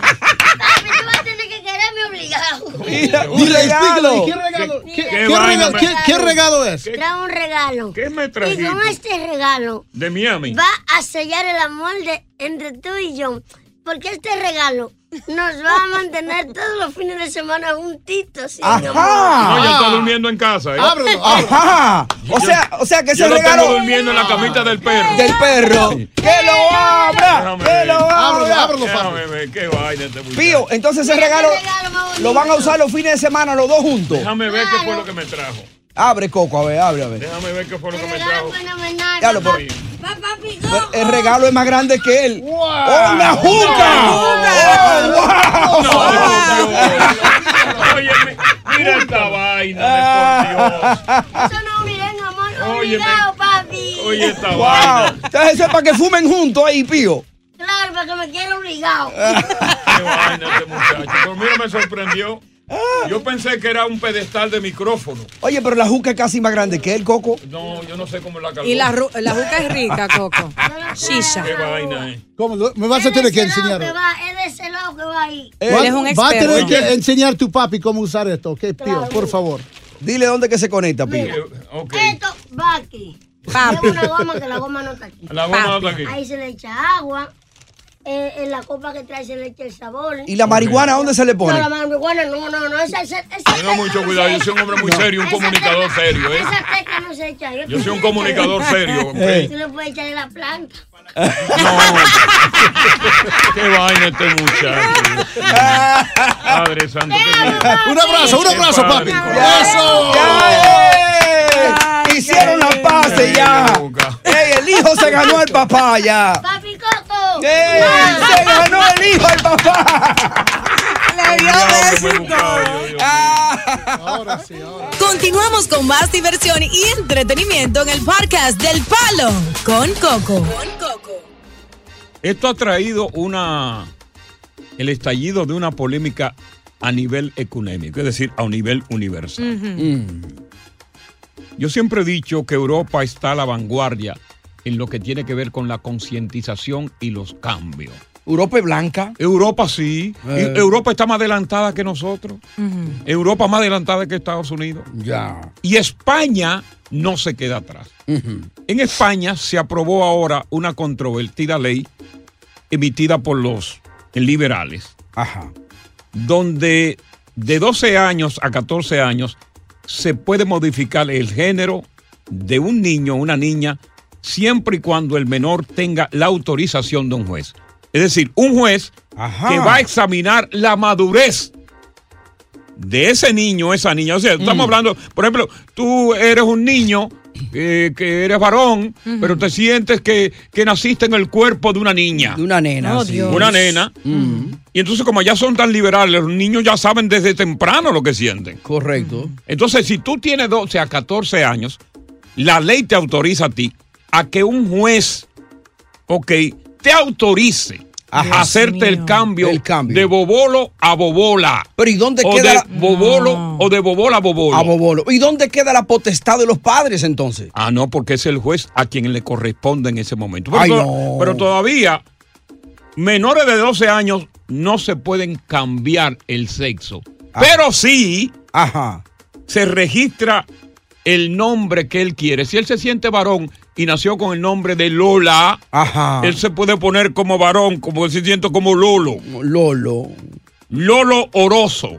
Speaker 8: Quedarme obligado.
Speaker 5: Mira, un Dile, regalo. explícale, ¿qué regalo? ¿Qué- qué regalo- qué- qué regalo es?
Speaker 8: Trae un regalo.
Speaker 4: ¿Qué me
Speaker 8: Y con
Speaker 4: trajiste?
Speaker 8: este regalo
Speaker 4: De Miami.
Speaker 8: va a sellar el amor de- entre tú y yo. Porque este regalo nos va a mantener todos los fines de semana juntitos. sin amor.
Speaker 4: No, yo estoy durmiendo en casa. ¿eh?
Speaker 8: Ábrelo, ábrelo.
Speaker 2: Ajá. O
Speaker 4: Yo-
Speaker 2: sea, o sea que ese
Speaker 4: yo lo tengo
Speaker 2: regalo
Speaker 4: durmiendo en la camita del perro.
Speaker 2: del perro. ¡Que lo abra!
Speaker 4: Déjame
Speaker 2: ¡Que
Speaker 4: ver.
Speaker 2: lo abra!
Speaker 4: Déjame ver, qué vaina este muchacho.
Speaker 2: Pío, entonces ese Este regalo lo van a usar los fines de semana los dos juntos.
Speaker 4: Déjame ver qué fue lo que me trajo.
Speaker 2: Abre, Coco, a ver, abre, a ver.
Speaker 4: Déjame ver qué fue lo que me
Speaker 8: regalo
Speaker 4: trajo.
Speaker 8: fenomenal,
Speaker 2: Ya lo
Speaker 8: papá.
Speaker 2: por-
Speaker 8: Papá, pico.
Speaker 2: El regalo es más grande que él. ¡Oh, una
Speaker 8: ¡Una
Speaker 2: juca! ¡Oh, wow!
Speaker 4: Oye, mira
Speaker 3: Ah,
Speaker 4: esta vaina,
Speaker 8: Eso no miren, amor. Obligado, papi.
Speaker 4: Oye, esta
Speaker 2: Wow. Entonces eso es para que fumen juntos ahí, Pío.
Speaker 8: Claro, para que me quiera obligado.
Speaker 4: qué vaina este muchacho. Pero mira, me sorprendió.
Speaker 5: Ah.
Speaker 4: Yo pensé que era un pedestal de micrófono.
Speaker 2: Oye, pero la juca es casi más grande que él, Coco.
Speaker 4: No, yo no sé cómo la caló.
Speaker 3: Y la, ru- la juca es rica, Coco. Shisha.
Speaker 4: Qué vaina, eh.
Speaker 5: ¿Cómo lo- me vas a tener que
Speaker 8: Ese lado que
Speaker 5: enseñar?
Speaker 8: va, es de ese lado que va ahí.
Speaker 2: Eh,
Speaker 5: Va- Va a tener que enseñar tu papi cómo usar esto, ¿ok, Pío?
Speaker 8: Claro.
Speaker 5: Por favor.
Speaker 2: Dile dónde que se conecta, Pío.
Speaker 8: Esto va aquí.
Speaker 2: Papi.
Speaker 8: Lleva una goma que la goma no está aquí.
Speaker 2: La goma no está aquí.
Speaker 8: Ahí se le echa agua. Eh, en la copa que trae se le echa el sabor.
Speaker 2: ¿Y la marihuana dónde se le pone?
Speaker 8: No, la marihuana no, no, no. Esa, esa, esa,
Speaker 4: Tenga mucho cuidado, yo soy un hombre muy serio, un comunicador serio, ¿eh?
Speaker 8: esa teca no se echa.
Speaker 4: Yo soy un comunicador serio, ok.
Speaker 8: Tú le puedes echar de la planta.
Speaker 4: Qué vaina este muchacho. Padre santo.
Speaker 5: Un abrazo, un abrazo, papi.
Speaker 3: Ah.
Speaker 2: ¡Eso! ¡Ya! ey! Hicieron la pase ya. Ey, el hijo se ganó al papá ya.
Speaker 8: ¡Papi Coco!
Speaker 2: ¡Ey! ¡Se ganó el hijo al papá!
Speaker 7: ¡Le dio besito!
Speaker 3: Continuamos con más diversión y entretenimiento en el podcast del Palo con Coco.
Speaker 4: Esto ha traído una el estallido de una polémica a nivel económico, es decir, a un nivel universal. Yo siempre he dicho que Europa está a la vanguardia en lo que tiene que ver con la concientización y los cambios.
Speaker 2: Europa es blanca.
Speaker 4: Europa sí. Y Europa está más adelantada que nosotros. Europa más adelantada que Estados Unidos.
Speaker 2: Ya.
Speaker 4: Y España no se queda atrás. En España se aprobó ahora una controvertida ley emitida por los liberales, donde de 12 años a 14 años se puede modificar el género de un niño o una niña siempre y cuando el menor tenga la autorización de un juez. Es decir, un juez que va a examinar la madurez de ese niño o esa niña. O sea, estamos hablando, por ejemplo, tú eres un niño eh, que eres varón,
Speaker 2: Ujú.
Speaker 4: pero te sientes que, que naciste en el cuerpo de una niña.
Speaker 2: De una nena.
Speaker 4: Oh,
Speaker 2: sí.
Speaker 4: Dios. Una nena.
Speaker 3: Mm.
Speaker 4: Y entonces, como ya son tan liberales, los niños ya saben desde temprano lo que sienten.
Speaker 2: Correcto.
Speaker 4: Entonces, si tú tienes 12 a 14 años, la ley te autoriza a ti a que un juez, ok, te autorice
Speaker 2: Dios
Speaker 4: a hacerte el
Speaker 2: mío.
Speaker 4: cambio,
Speaker 2: El cambio.
Speaker 4: de bobolo a bobola.
Speaker 2: Pero ¿y dónde
Speaker 4: o
Speaker 2: queda
Speaker 4: de
Speaker 2: la-
Speaker 4: bobolo o de bobola a bobolo?
Speaker 2: A Bobolo. ¿Y dónde queda la potestad de los padres entonces?
Speaker 4: Ah, no, porque es el juez a quien le corresponde en ese momento. Pero,
Speaker 2: Ay,
Speaker 4: to-
Speaker 2: no.
Speaker 4: pero todavía, menores de 12 años no se pueden cambiar el sexo.
Speaker 2: Ah.
Speaker 4: Pero sí se registra el nombre que él quiere. Si él se siente varón y nació con el nombre de Lola,
Speaker 2: Ah.
Speaker 4: él se puede poner como varón, como se siente como Lolo.
Speaker 2: Lolo.
Speaker 4: Lolo Oroso.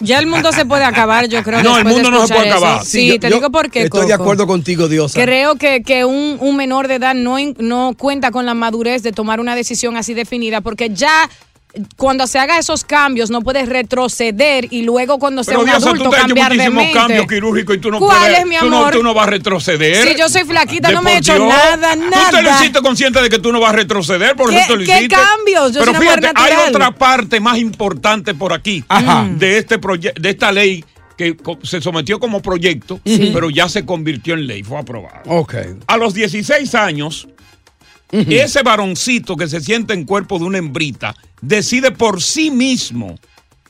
Speaker 3: Ya el mundo se puede acabar, yo creo.
Speaker 4: No, el
Speaker 3: después de
Speaker 4: mundo no se
Speaker 3: escuchar
Speaker 4: puede
Speaker 3: eso.
Speaker 4: acabar.
Speaker 3: Sí,
Speaker 2: yo-
Speaker 3: te
Speaker 2: yo
Speaker 3: digo por qué,
Speaker 2: Estoy
Speaker 3: Coco.
Speaker 2: de acuerdo contigo, Diosa.
Speaker 3: Creo que, que un, un menor de edad no, in- no cuenta con la madurez de tomar una decisión así definida, porque ya eh, cuando se haga esos cambios no puedes retroceder y luego cuando sea
Speaker 4: Pero
Speaker 3: un
Speaker 4: Diosa,
Speaker 3: adulto
Speaker 4: tú te has hecho
Speaker 3: cambiar de
Speaker 4: muchísimos
Speaker 3: mente.
Speaker 4: cambios quirúrgicos y tú no
Speaker 3: ¿Cuál
Speaker 4: puedes.
Speaker 3: es, mi
Speaker 4: tú no-
Speaker 3: amor?
Speaker 4: Tú no, vas a retroceder.
Speaker 3: Si yo soy flaquita,
Speaker 4: De
Speaker 3: no me he
Speaker 4: por
Speaker 3: hecho
Speaker 4: Dios.
Speaker 3: nada,
Speaker 4: Tú te lo
Speaker 3: nada.
Speaker 4: hiciste consciente de que tú no vas a retroceder, por
Speaker 3: ¿Qué-
Speaker 4: eso te lo
Speaker 3: qué
Speaker 4: hiciste.
Speaker 3: cambios? Yo soy
Speaker 4: Pero
Speaker 3: una mujer
Speaker 4: fíjate, hay
Speaker 3: natural.
Speaker 4: otra parte más importante por aquí
Speaker 9: Ajá.
Speaker 4: de este proye- de esta ley que co- se sometió como proyecto,
Speaker 9: Sí.
Speaker 4: pero ya se convirtió en ley, fue aprobada.
Speaker 9: Ok.
Speaker 4: A los 16 años, ese varoncito que se siente en cuerpo de una hembrita decide por sí mismo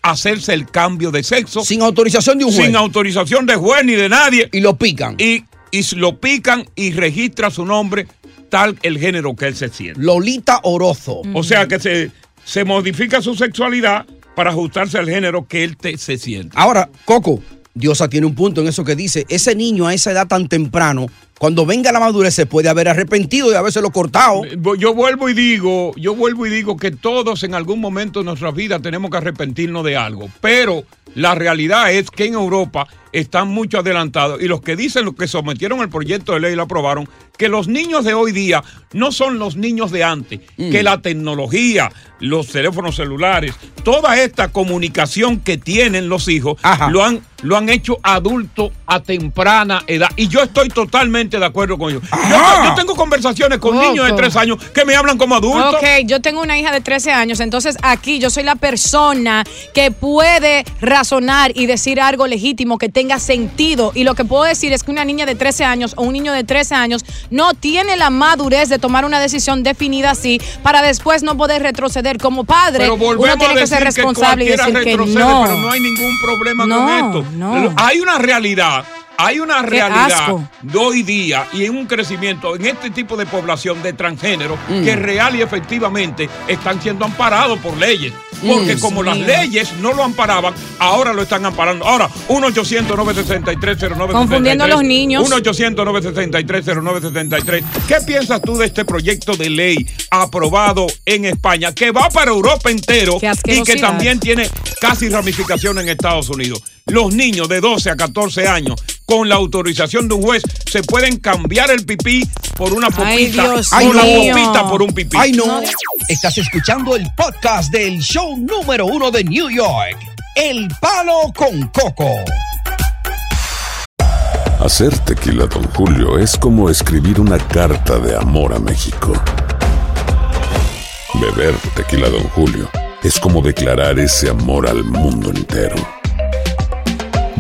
Speaker 4: hacerse el cambio de sexo.
Speaker 2: Sin autorización de un juez.
Speaker 4: Sin autorización de juez ni de nadie.
Speaker 2: Y lo pican.
Speaker 4: Y, y lo pican y registra su nombre tal el género que él se siente.
Speaker 2: Lolita Orozo.
Speaker 3: Mm.
Speaker 4: O sea que se, se modifica su sexualidad para ajustarse al género que él te- se siente.
Speaker 2: Ahora, Coco, Diosa tiene un punto en eso que dice, ese niño a esa edad tan temprano, cuando venga la madurez se puede haber arrepentido y haberse lo cortado.
Speaker 4: Eh, Yo vuelvo y digo, yo vuelvo y digo que todos en algún momento de nuestras vidas tenemos que arrepentirnos de algo, pero la realidad es que en Europa están mucho adelantados y los que dicen, los que sometieron el proyecto de ley y lo aprobaron, que los niños de hoy día no son los niños de antes, que la tecnología, los teléfonos celulares, toda esta comunicación que tienen los hijos, lo han, lo han hecho adulto a temprana edad. Y yo estoy totalmente de acuerdo con ellos. Yo, yo tengo conversaciones con niños de
Speaker 3: Loco.
Speaker 4: tres años que me hablan como adultos.
Speaker 3: Ok, yo tengo una hija de 13 años, entonces aquí yo soy la persona que puede razonar y decir algo legítimo que tenga sentido. Y lo que puedo decir es que una niña de 13 años o un niño de 13 años no tiene la madurez de tomar una decisión definida así para después no poder retroceder. Como padre,
Speaker 4: Pero
Speaker 3: uno
Speaker 4: volvemos
Speaker 3: tiene
Speaker 4: a
Speaker 3: que
Speaker 4: decir
Speaker 3: ser
Speaker 4: que
Speaker 3: responsable y
Speaker 4: cualquiera
Speaker 3: decir que
Speaker 4: retrocede,
Speaker 3: no.
Speaker 4: pero no hay ningún problema
Speaker 3: No,
Speaker 4: con esto.
Speaker 3: no.
Speaker 4: Hay una realidad, hay una
Speaker 3: Qué
Speaker 4: realidad
Speaker 3: asco.
Speaker 4: de hoy día y en un crecimiento en este tipo de población de transgénero
Speaker 3: Mm.
Speaker 4: que real y efectivamente están siendo amparados por leyes. Porque
Speaker 9: Mm,
Speaker 4: como
Speaker 9: sí.
Speaker 4: las leyes no lo amparaban, ahora lo están amparando. Ahora, 1 800 963 09
Speaker 3: Confundiendo a los niños.
Speaker 4: 1 800 963 0973 ¿Qué piensas tú de este proyecto de ley aprobado en España que va para Europa entero
Speaker 9: Qué
Speaker 4: y que
Speaker 9: asquerosidad.
Speaker 4: también tiene casi ramificación en Estados Unidos? Los niños de 12 a 14 años con la autorización de un juez se pueden cambiar el pipí por una popita,
Speaker 2: Ay, Dios
Speaker 4: por una
Speaker 2: mío.
Speaker 4: popita por un pipí.
Speaker 2: Ay, no. Estás escuchando el podcast del show número uno de New York, El Palo con Coco.
Speaker 10: Hacer tequila, Don Julio, es como escribir una carta de amor a México. Beber tequila, Don Julio, es como declarar ese amor al mundo entero.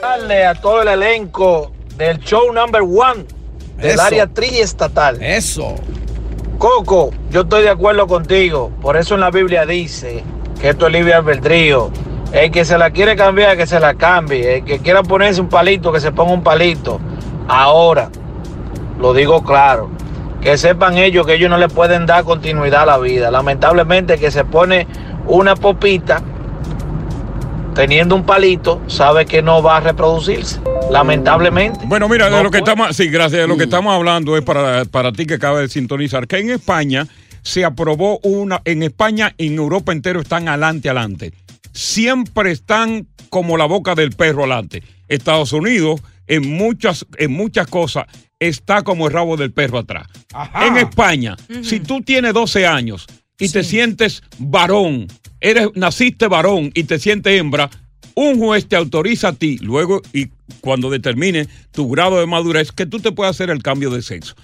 Speaker 11: Darle a todo el elenco del show number one del
Speaker 2: Eso.
Speaker 11: área triestatal.
Speaker 2: Eso.
Speaker 11: Coco, yo estoy de acuerdo contigo. Por eso en la Biblia dice que esto es libre albedrío. El que se la quiere cambiar, que se la cambie. El que quiera ponerse un palito, que se ponga un palito. Ahora, lo digo claro, que sepan ellos que ellos no le pueden dar continuidad a la vida. Lamentablemente, el que se pone una popita teniendo un palito, sabe que no va a reproducirse. Lamentablemente.
Speaker 4: Bueno, mira, de
Speaker 11: No
Speaker 4: lo que estamos, sí, gracias, de lo que estamos hablando es para, para ti que acabas de sintonizar, que en España se aprobó una, en España y en Europa entero están adelante, adelante. Siempre están como la boca del perro adelante. Estados Unidos, en muchas, en muchas cosas, está como el rabo del perro atrás. En España, si tú tienes 12 años y te sientes varón, eres, naciste varón y te sientes hembra, Un juez te autoriza a ti, luego y cuando determine tu grado de madurez, que tú te puedas hacer el cambio de sexo.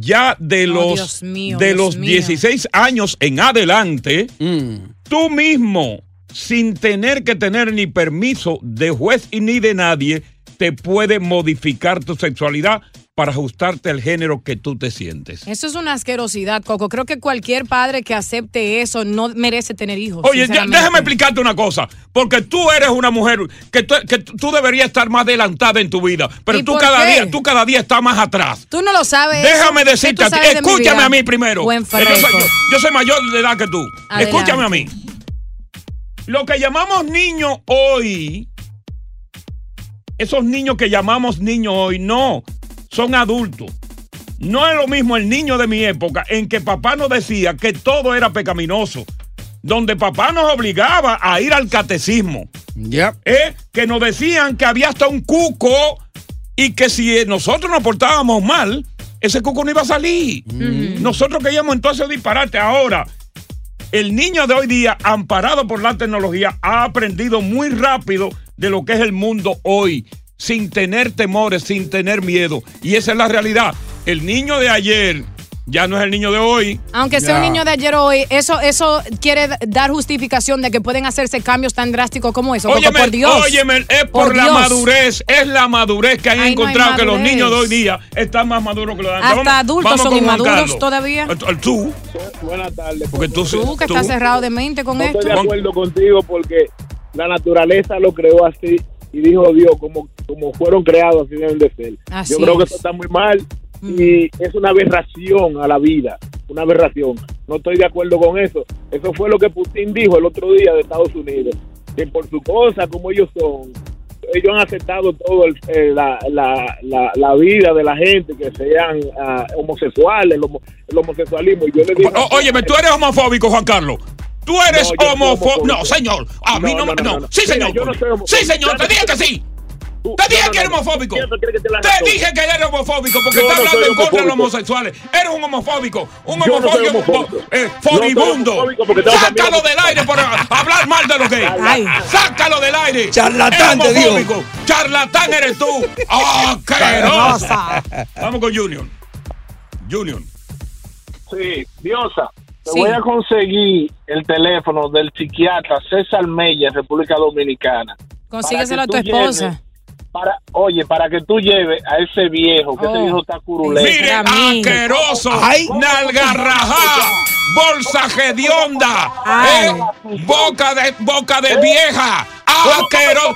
Speaker 4: Ya de
Speaker 3: Oh,
Speaker 4: los,
Speaker 3: Dios mío,
Speaker 4: de
Speaker 3: Dios
Speaker 4: los
Speaker 3: mío.
Speaker 4: 16 años en adelante, tú mismo, sin tener que tener ni permiso de juez y ni de nadie, te puede modificar tu sexualidad para ajustarte al género que tú te sientes.
Speaker 3: Eso es una asquerosidad, Coco. Creo que cualquier padre que acepte eso no merece tener hijos.
Speaker 4: Oye, ya-
Speaker 3: sinceramente.
Speaker 4: déjame explicarte una cosa, porque tú eres una mujer que tú, que tú- tú deberías estar más adelantada en tu vida, pero
Speaker 3: ¿Y
Speaker 4: tú
Speaker 3: por
Speaker 4: cada
Speaker 3: qué?
Speaker 4: día, tú cada día estás más atrás.
Speaker 3: Tú no lo sabes.
Speaker 4: Déjame
Speaker 3: eso.
Speaker 4: decirte,
Speaker 3: ¿Qué
Speaker 4: a
Speaker 3: tú
Speaker 4: ti-
Speaker 3: sabes de mi
Speaker 4: escúchame
Speaker 3: vida?
Speaker 4: a mí primero.
Speaker 3: Buen
Speaker 4: Eh, yo, soy,
Speaker 3: fresco.
Speaker 4: yo- yo soy mayor de edad que tú.
Speaker 3: Adelante.
Speaker 4: Escúchame a mí. Lo que llamamos niño hoy, esos niños que llamamos niños hoy, no, son adultos. No es lo mismo el niño de mi época en que papá nos decía que todo era pecaminoso, donde papá nos obligaba a ir al catecismo. ¿Eh? Que nos decían que había hasta un cuco y que si nosotros nos portábamos mal, ese cuco no iba a salir. Nosotros queríamos entonces disparate. Ahora, el niño de hoy día, amparado por la tecnología, ha aprendido muy rápido de lo que es el mundo hoy, sin tener temores, sin tener miedo. Y esa es la realidad. El niño de ayer ya no es el niño de hoy.
Speaker 3: Aunque sea un niño de ayer o hoy, eso, eso quiere dar justificación de que pueden hacerse cambios tan drásticos como eso. Coco,
Speaker 4: Óyeme,
Speaker 3: por Dios.
Speaker 4: óyeme, es por, la
Speaker 3: Dios.
Speaker 4: madurez, es la madurez que han
Speaker 3: Ahí no hay
Speaker 4: encontrado que los
Speaker 3: madurez.
Speaker 4: niños de hoy día están más maduros que los de antes.
Speaker 3: Hasta
Speaker 4: Vamos-
Speaker 3: adultos
Speaker 4: vamos
Speaker 3: son
Speaker 4: con Juan
Speaker 3: inmaduros
Speaker 4: Carlos.
Speaker 3: todavía.
Speaker 4: Eh, Tú. Buenas tardes. Porque tú,
Speaker 3: Tú que estás cerrado de mente con
Speaker 9: No
Speaker 3: esto.
Speaker 9: estoy de acuerdo contigo porque la naturaleza lo creó así y dijo Dios, como, como fueron creados, así deben de ser.
Speaker 3: Así
Speaker 9: Yo creo que
Speaker 3: es.
Speaker 9: eso está muy mal y es una aberración a la vida, una aberración. No estoy de acuerdo con eso. Eso fue lo que Putin dijo el otro día de Estados Unidos, que por su cosa, como ellos son, ellos han aceptado todo el- eh, la, la- la- la vida de la gente, que sean ah, homosexuales, el, homo- el homosexualismo. Y yo le digo,
Speaker 4: O- óyeme, tú eres homofóbico, Juan Carlos. Tú
Speaker 9: No, yo
Speaker 4: eres
Speaker 9: soy
Speaker 4: homofóbico.
Speaker 9: homofóbico.
Speaker 4: No, señor. A mí no,
Speaker 9: No,
Speaker 4: me.
Speaker 9: no,
Speaker 4: No,
Speaker 9: no, no.
Speaker 4: sí,
Speaker 9: Mira,
Speaker 4: señor.
Speaker 9: yo no soy homofóbico.
Speaker 4: sí, señor. Te
Speaker 9: Ya-
Speaker 4: dije que sí. Te dije que eres homofóbico. Te
Speaker 9: razón.
Speaker 4: dije que eres homofóbico porque
Speaker 9: Yo
Speaker 4: estás
Speaker 9: no soy
Speaker 4: hablando en contra de
Speaker 9: homofóbico.
Speaker 4: los homosexuales. Eres un homofóbico.
Speaker 9: Yo
Speaker 4: Un
Speaker 9: no soy
Speaker 4: homofóbico
Speaker 9: homofóbico.
Speaker 4: eh,
Speaker 9: Yo soy
Speaker 4: furibundo.
Speaker 9: homofóbico porque tengo
Speaker 4: Sácalo
Speaker 9: amigos-
Speaker 4: del aire por hablar mal de los gays.
Speaker 9: Ay.
Speaker 4: Sácalo del aire.
Speaker 9: Charlatán,
Speaker 4: Eres
Speaker 9: te digo.
Speaker 4: homofóbico. Charlatán eres tú. ¡Oh, qué
Speaker 9: Charlosa.
Speaker 4: Vamos con Junior. Junior.
Speaker 9: Sí, Diosa. Te
Speaker 4: Sí.
Speaker 9: voy a conseguir el teléfono del psiquiatra César Mella, República Dominicana.
Speaker 3: Consígueselo a tu
Speaker 9: Para que tú
Speaker 3: esposa.
Speaker 9: Para, oye, para que tú lleves a ese viejo, que
Speaker 3: Oh.
Speaker 9: ese viejo está curulento.
Speaker 4: Mire, asqueroso, nalgarrajá, bolsa hedionda, ¿eh? boca de boca de vieja, asqueroso.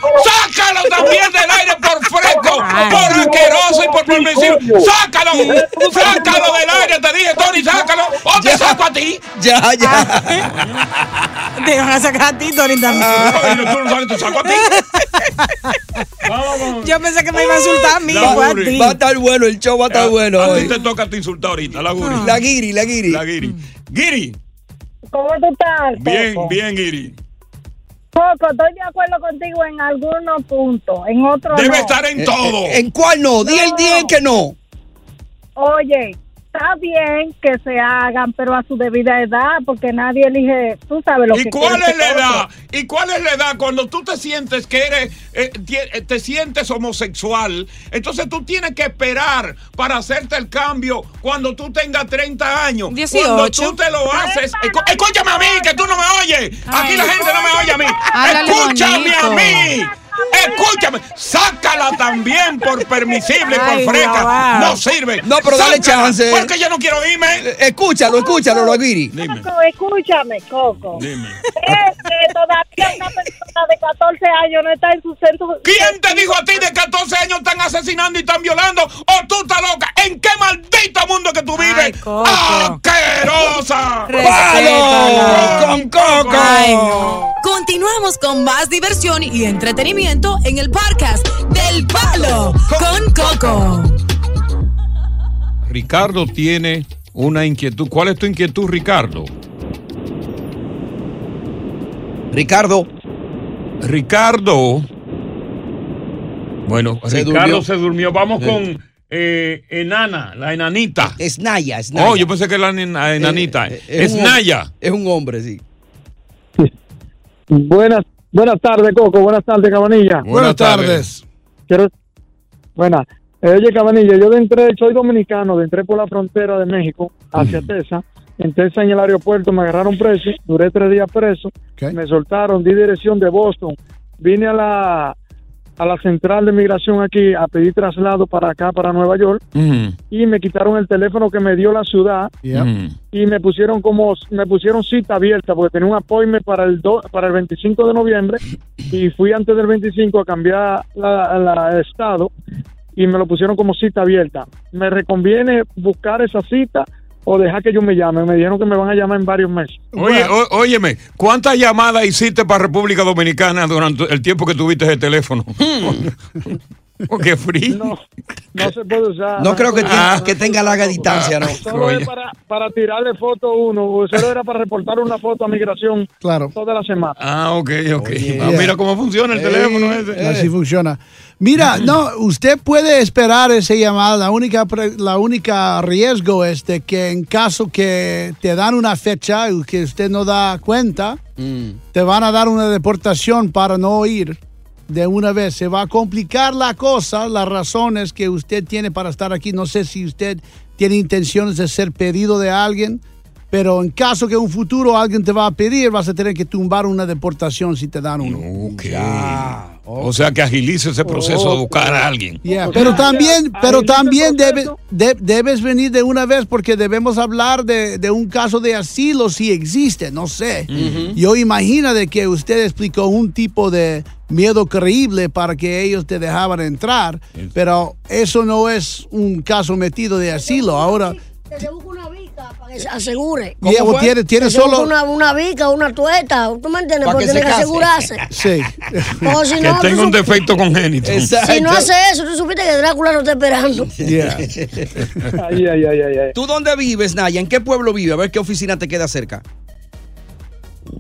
Speaker 4: Sácalo también del aire por fresco, por asqueroso y por permisivo. Sácalo, sácalo del aire, te dije, Tony, sácalo. ¿O te saco a ti?
Speaker 2: Ya, ya.
Speaker 7: Te van a sacar a ti, Tony, también.
Speaker 4: tú Ah, no sabes, te saco a ti.
Speaker 7: Yo pensé que me iba a insultar a mí.
Speaker 4: La
Speaker 7: fue a
Speaker 4: Guri.
Speaker 7: ti.
Speaker 2: Va a estar bueno, el show va a estar bueno
Speaker 4: Eh, A ti
Speaker 2: hoy.
Speaker 4: te toca te insultar ahorita, la guri.
Speaker 2: La guiri, la guiri.
Speaker 4: La guiri. Guiri,
Speaker 12: ¿Cómo tú estás?
Speaker 4: bien,
Speaker 12: Coco?
Speaker 4: bien, Guiri.
Speaker 12: Coco, estoy de acuerdo contigo en algunos puntos, en otros
Speaker 2: Debe
Speaker 12: no.
Speaker 4: estar en todo.
Speaker 2: Eh, ¿En cuál no? Di el día en que no.
Speaker 12: Oye, está bien que se hagan, pero a su debida edad, porque nadie elige, tú sabes lo
Speaker 4: ¿Y
Speaker 12: que
Speaker 4: cuál
Speaker 12: quiere
Speaker 13: este
Speaker 4: es la
Speaker 12: ese
Speaker 4: edad?
Speaker 12: otro.
Speaker 4: ¿Y cuál es la edad cuando tú te sientes que eres, eh, ti- eh, te sientes homosexual? Entonces tú tienes que esperar para hacerte el cambio cuando tú tengas 30 años. Cuando
Speaker 7: 18.
Speaker 4: tú te lo haces. escu- Escúchame a mí, que tú no me oyes. Aquí
Speaker 7: Ay.
Speaker 4: la gente no me oye a mí.
Speaker 7: Háblale
Speaker 4: Escúchame a
Speaker 7: bonito.
Speaker 4: mí. Escúchame, sácala también por permisible,
Speaker 2: Ay,
Speaker 4: por fresca.
Speaker 2: Jehová.
Speaker 4: No sirve.
Speaker 2: No, pero
Speaker 4: Sácala,
Speaker 2: dale
Speaker 4: Pues
Speaker 2: chance. Eh,
Speaker 4: Porque yo no quiero irme.
Speaker 2: Escúchalo, escúchalo, la guiri.
Speaker 12: Coco, escúchame, Coco. Es que todavía una persona de 14 años no está en su centro.
Speaker 4: ¿Quién te dijo a ti de 14 años están asesinando y están violando? ¿O tú estás loca? ¿En qué maldito mundo que tú vives? ¡Asquerosa!
Speaker 7: Respétala.
Speaker 4: ¡Con coco!
Speaker 7: Ay, no. Continuamos con más diversión y entretenimiento en el podcast del Palo con Coco.
Speaker 4: Ricardo tiene una inquietud. ¿Cuál es tu inquietud, Ricardo?
Speaker 2: Ricardo.
Speaker 4: Ricardo. Bueno,
Speaker 2: Se
Speaker 4: Ricardo
Speaker 2: durmió.
Speaker 4: se durmió. Vamos
Speaker 2: Sí.
Speaker 4: con eh, Enana, la enanita.
Speaker 2: Es Naya, es Naya. Eh,
Speaker 4: Oh, yo pensé que era la nena- enanita.
Speaker 2: es
Speaker 4: es
Speaker 2: un-
Speaker 4: Naya.
Speaker 2: Es un hombre, sí.
Speaker 9: Buenas
Speaker 14: Buenas tardes, Coco. Buenas tardes, Cabanilla.
Speaker 5: Buenas tardes.
Speaker 14: Quiero... Buenas. Eh, oye, Cabanilla, yo de entré, soy dominicano, de entré por la frontera de México hacia Tesa. En Tesa, en el aeropuerto, me agarraron preso. Duré tres días preso. Me soltaron, di dirección de Boston. Vine a la, a la central de migración aquí a pedir traslado para acá, para Nueva York. Y me quitaron el teléfono que me dio la ciudad.
Speaker 4: Mm.
Speaker 14: y me pusieron como me pusieron cita abierta porque tenía un appointment para el do- para el 25 de noviembre y fui antes del 25 a cambiar la, la estado y me lo pusieron como cita abierta. Me reconviene buscar esa cita o dejar que yo me llame. Me dijeron que me van a llamar en varios meses.
Speaker 4: Oye, ó- óyeme, ¿cuántas llamadas hiciste para República Dominicana durante el tiempo que tuviste ese teléfono? Porque frío.
Speaker 14: No se puede usar.
Speaker 4: No creo que
Speaker 14: Ah.
Speaker 4: que tenga larga distancia, ¿no?
Speaker 14: Solo es para, para tirarle foto a uno. Solo era para reportar una foto a migración toda la semana.
Speaker 4: Ah, ok, ok. Ah, mira cómo funciona el
Speaker 2: Eh,
Speaker 4: teléfono ese.
Speaker 5: Así funciona. Mira, no, usted puede esperar esa llamada. La única, pre- la única riesgo es de que en caso que te dan una fecha y que usted no da cuenta,
Speaker 4: Mm.
Speaker 5: te van a dar una deportación para no ir de una vez. Se va a complicar la cosa, las razones que usted tiene para estar aquí. No sé si usted tiene intenciones de ser pedido de alguien, pero en caso que en un futuro alguien te va a pedir, vas a tener que tumbar una deportación si te dan uno.
Speaker 4: O sea, que agilice ese proceso de buscar a alguien.
Speaker 5: Yeah, pero también, pero también debe- de- debes venir de una vez porque debemos hablar de, de un caso de asilo si existe, no sé.
Speaker 15: Ujú.
Speaker 5: Yo imagino de que usted explicó un tipo de miedo creíble para que ellos te dejaban entrar, pero eso no es un caso metido de asilo. Ahora,
Speaker 8: Que se busque una bica para que se asegure.
Speaker 5: ¿Cómo Diego, fue? tiene- tiene
Speaker 8: Que se busque
Speaker 5: solo-
Speaker 8: Una, una bica, una tueta, ¿tú me entiendes?
Speaker 5: Pa'
Speaker 8: Porque
Speaker 5: que se
Speaker 8: tiene que
Speaker 5: case.
Speaker 8: asegurarse.
Speaker 5: sí.
Speaker 8: O si
Speaker 4: que
Speaker 8: no,
Speaker 4: tenga
Speaker 8: tú
Speaker 4: un defecto congénito.
Speaker 8: Si no hace eso, tú supiste que Drácula no está esperando.
Speaker 2: ¿Tú dónde vives, Naya? ¿En qué pueblo vives? A ver qué oficina te queda cerca.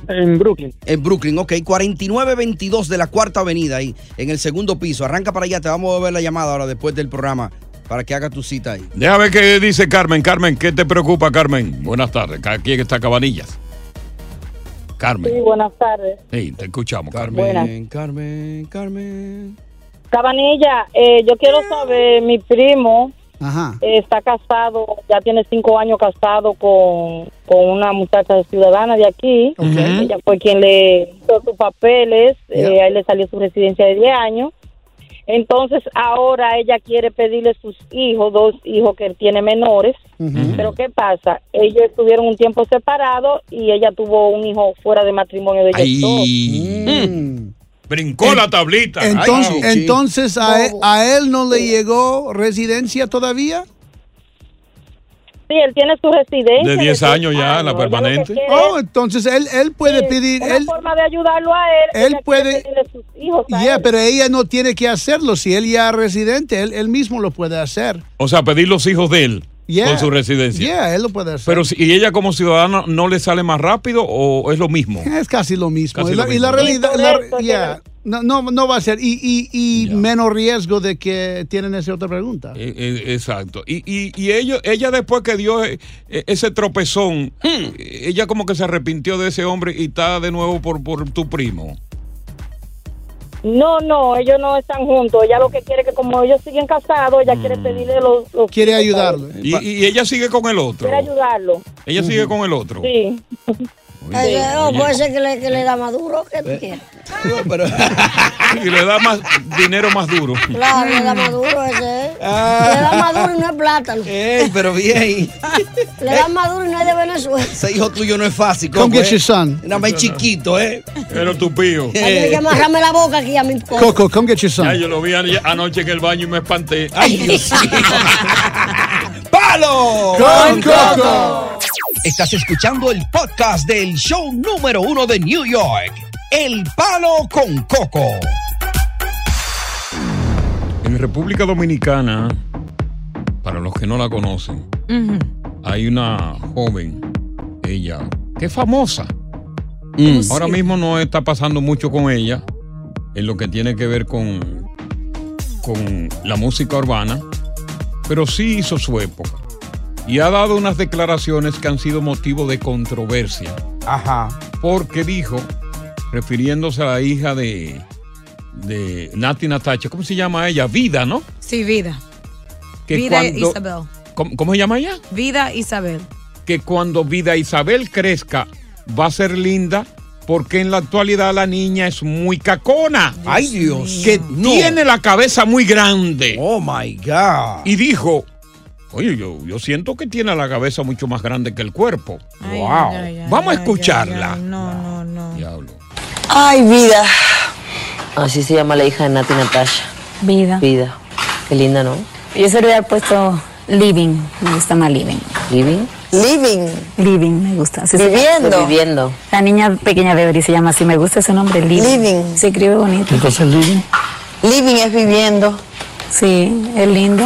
Speaker 14: En Brooklyn.
Speaker 2: En Brooklyn, ok. 4922 de la Cuarta Avenida ahí, en el segundo piso. Arranca para allá, te vamos a ver la llamada ahora después del programa para que haga tu cita ahí.
Speaker 4: Deja ver qué dice Carmen. Carmen, ¿qué te preocupa, Carmen? Buenas tardes. Ca- Aquí está Cabanillas. Carmen.
Speaker 13: Sí, buenas tardes.
Speaker 4: Sí, te escuchamos, Carmen.
Speaker 13: Buenas.
Speaker 2: Carmen, Carmen.
Speaker 13: Cabanilla, eh, yo quiero saber, mi primo
Speaker 5: Ajá.
Speaker 13: eh, está casado, ya tiene cinco años casado con, con una muchacha ciudadana de aquí. Ella fue quien le hizo sus papeles, eh, ahí le salió su residencia de 10 años. Entonces ahora ella quiere pedirle sus hijos, dos hijos que él tiene menores. Pero ¿qué pasa? Ellos estuvieron un tiempo separados y ella tuvo un hijo fuera de matrimonio de ellos dos.
Speaker 4: Mm. Brincó la tablita.
Speaker 5: Entonces,
Speaker 4: Ay,
Speaker 5: entonces a, él, a él no le llegó residencia todavía.
Speaker 13: Sí, él tiene su residencia.
Speaker 4: De 10 años ya, la permanente.
Speaker 5: Oh, entonces él, él puede pedir.
Speaker 13: Una
Speaker 5: él,
Speaker 13: forma de ayudarlo a él.
Speaker 5: Él puede.
Speaker 13: a
Speaker 5: Yeah,
Speaker 13: él.
Speaker 5: pero ella no tiene que hacerlo. Si él ya es residente, él, él mismo lo puede hacer.
Speaker 4: O sea, pedir los hijos de él
Speaker 5: Yeah.
Speaker 4: con su residencia.
Speaker 5: Yeah, él lo puede hacer.
Speaker 4: Pero si y ella como ciudadana no le sale más rápido o es lo mismo.
Speaker 5: es casi lo mismo.
Speaker 4: Casi
Speaker 5: y,
Speaker 4: lo
Speaker 5: la, y la
Speaker 4: mismo.
Speaker 5: realidad.
Speaker 4: Sí, por
Speaker 5: la-
Speaker 4: eso,
Speaker 5: yeah, No, no, no va a ser. Y, y- y menos riesgo de que tienen esa otra pregunta.
Speaker 4: Eh, eh, exacto. Y, y, y ellos, ella después que dio eh, eh, ese tropezón, eh, ella como que se arrepintió de ese hombre y está de nuevo por, por tu primo.
Speaker 13: No, no, ellos no están juntos. Ella lo que quiere que como ellos siguen casados, ella quiere pedirle los... los
Speaker 5: Quiere
Speaker 13: hijos a él.
Speaker 5: ayudarlo.
Speaker 4: Y, y ella sigue con el otro.
Speaker 13: Quiere ayudarlo.
Speaker 4: Ella sigue con el otro.
Speaker 13: Sí.
Speaker 8: Ay, no,
Speaker 4: oye.
Speaker 8: puede ser que le, que le da maduro, que tú quieres.
Speaker 4: Y le da más dinero más duro.
Speaker 8: Claro, le da maduro ese. ¿eh? Le da maduro y no es plátano.
Speaker 2: Ey, pero bien.
Speaker 8: Le da maduro y no es de Venezuela.
Speaker 2: Ese hijo tuyo no es fácil.
Speaker 5: Come
Speaker 2: Coco,
Speaker 5: get your son.
Speaker 2: Nada más es chiquito, ¿eh?
Speaker 4: Pero tu pío.
Speaker 8: Ay, Hay que amarrarme la boca aquí a mi coco.
Speaker 5: Coco, come get your son.
Speaker 4: Ya, yo lo vi an- anoche en el baño y me espanté.
Speaker 2: ¡Ay, Dios ¡Palo!
Speaker 4: Con Coco.
Speaker 2: Estás escuchando el podcast del show número uno de New York. El Palo con Coco.
Speaker 4: En República Dominicana, para los que no la conocen, hay una joven, ella, que es famosa.
Speaker 2: Mm.
Speaker 4: Ahora
Speaker 2: Sí.
Speaker 4: mismo no está pasando mucho con ella en lo que tiene que ver con, con la música urbana, pero sí hizo su época. Y ha dado unas declaraciones que han sido motivo de controversia. Ajá. Porque dijo refiriéndose a la hija de, de Nati Natacha. ¿Cómo se llama ella? Vida, ¿no?
Speaker 3: Sí, vida.
Speaker 4: Que
Speaker 3: vida
Speaker 4: cuando-
Speaker 3: Isabel.
Speaker 4: ¿Cómo, cómo se llama ella?
Speaker 3: Vida Isabel.
Speaker 4: Que cuando Vida Isabel crezca va a ser linda porque en la actualidad la niña es muy cacona.
Speaker 2: Ay, Dios.
Speaker 4: Que
Speaker 2: No.
Speaker 4: tiene la cabeza muy grande.
Speaker 2: Oh, my God.
Speaker 4: Y dijo, oye, yo, yo siento que tiene la cabeza mucho más grande que el cuerpo. wow. Vamos a escucharla.
Speaker 15: Ay, vida. Así se llama la hija de Nati Natasha. Vida. Vida. Qué linda, ¿no?
Speaker 16: Yo se lo había puesto living, me gusta más living.
Speaker 15: Living.
Speaker 16: Living. Living, me gusta. Así se llama.
Speaker 15: Estoy Viviendo.
Speaker 16: La niña pequeña de Beverly se llama así, me gusta ese nombre, living.
Speaker 15: Living.
Speaker 16: Se escribe bonito.
Speaker 15: Entonces, Living.
Speaker 16: Living es viviendo. Sí, es lindo.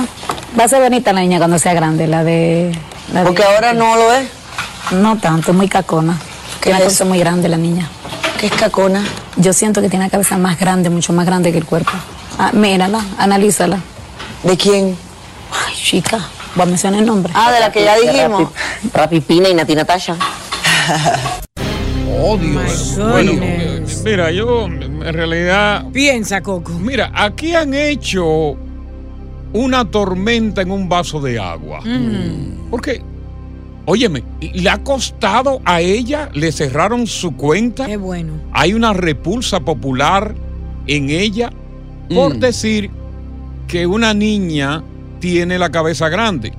Speaker 16: Va a ser bonita la niña cuando sea grande, la de... la de-
Speaker 15: Porque ahora no lo es.
Speaker 16: No tanto, muy cacona.
Speaker 15: ¿Qué es
Speaker 16: Tiene una cabeza muy grande la niña. ¿Qué es cacona? Yo siento que tiene la cabeza más grande, mucho más grande que el cuerpo. Ah, mírala, analízala. ¿De quién? Ay, chica. Voy a mencionar el nombre.
Speaker 15: Ah, de la que ya dijimos. Rapipina y Nati Natasha.
Speaker 2: Oh, Dios.
Speaker 4: Bueno, eh, mira, yo en realidad.
Speaker 3: Piensa, Coco.
Speaker 4: Mira, aquí han hecho una tormenta en un vaso de agua. Porque, óyeme, le ha costado a ella, le cerraron su cuenta.
Speaker 3: Qué bueno.
Speaker 4: Hay una repulsa popular en ella por
Speaker 3: Mm.
Speaker 4: decir que una niña tiene la cabeza grande.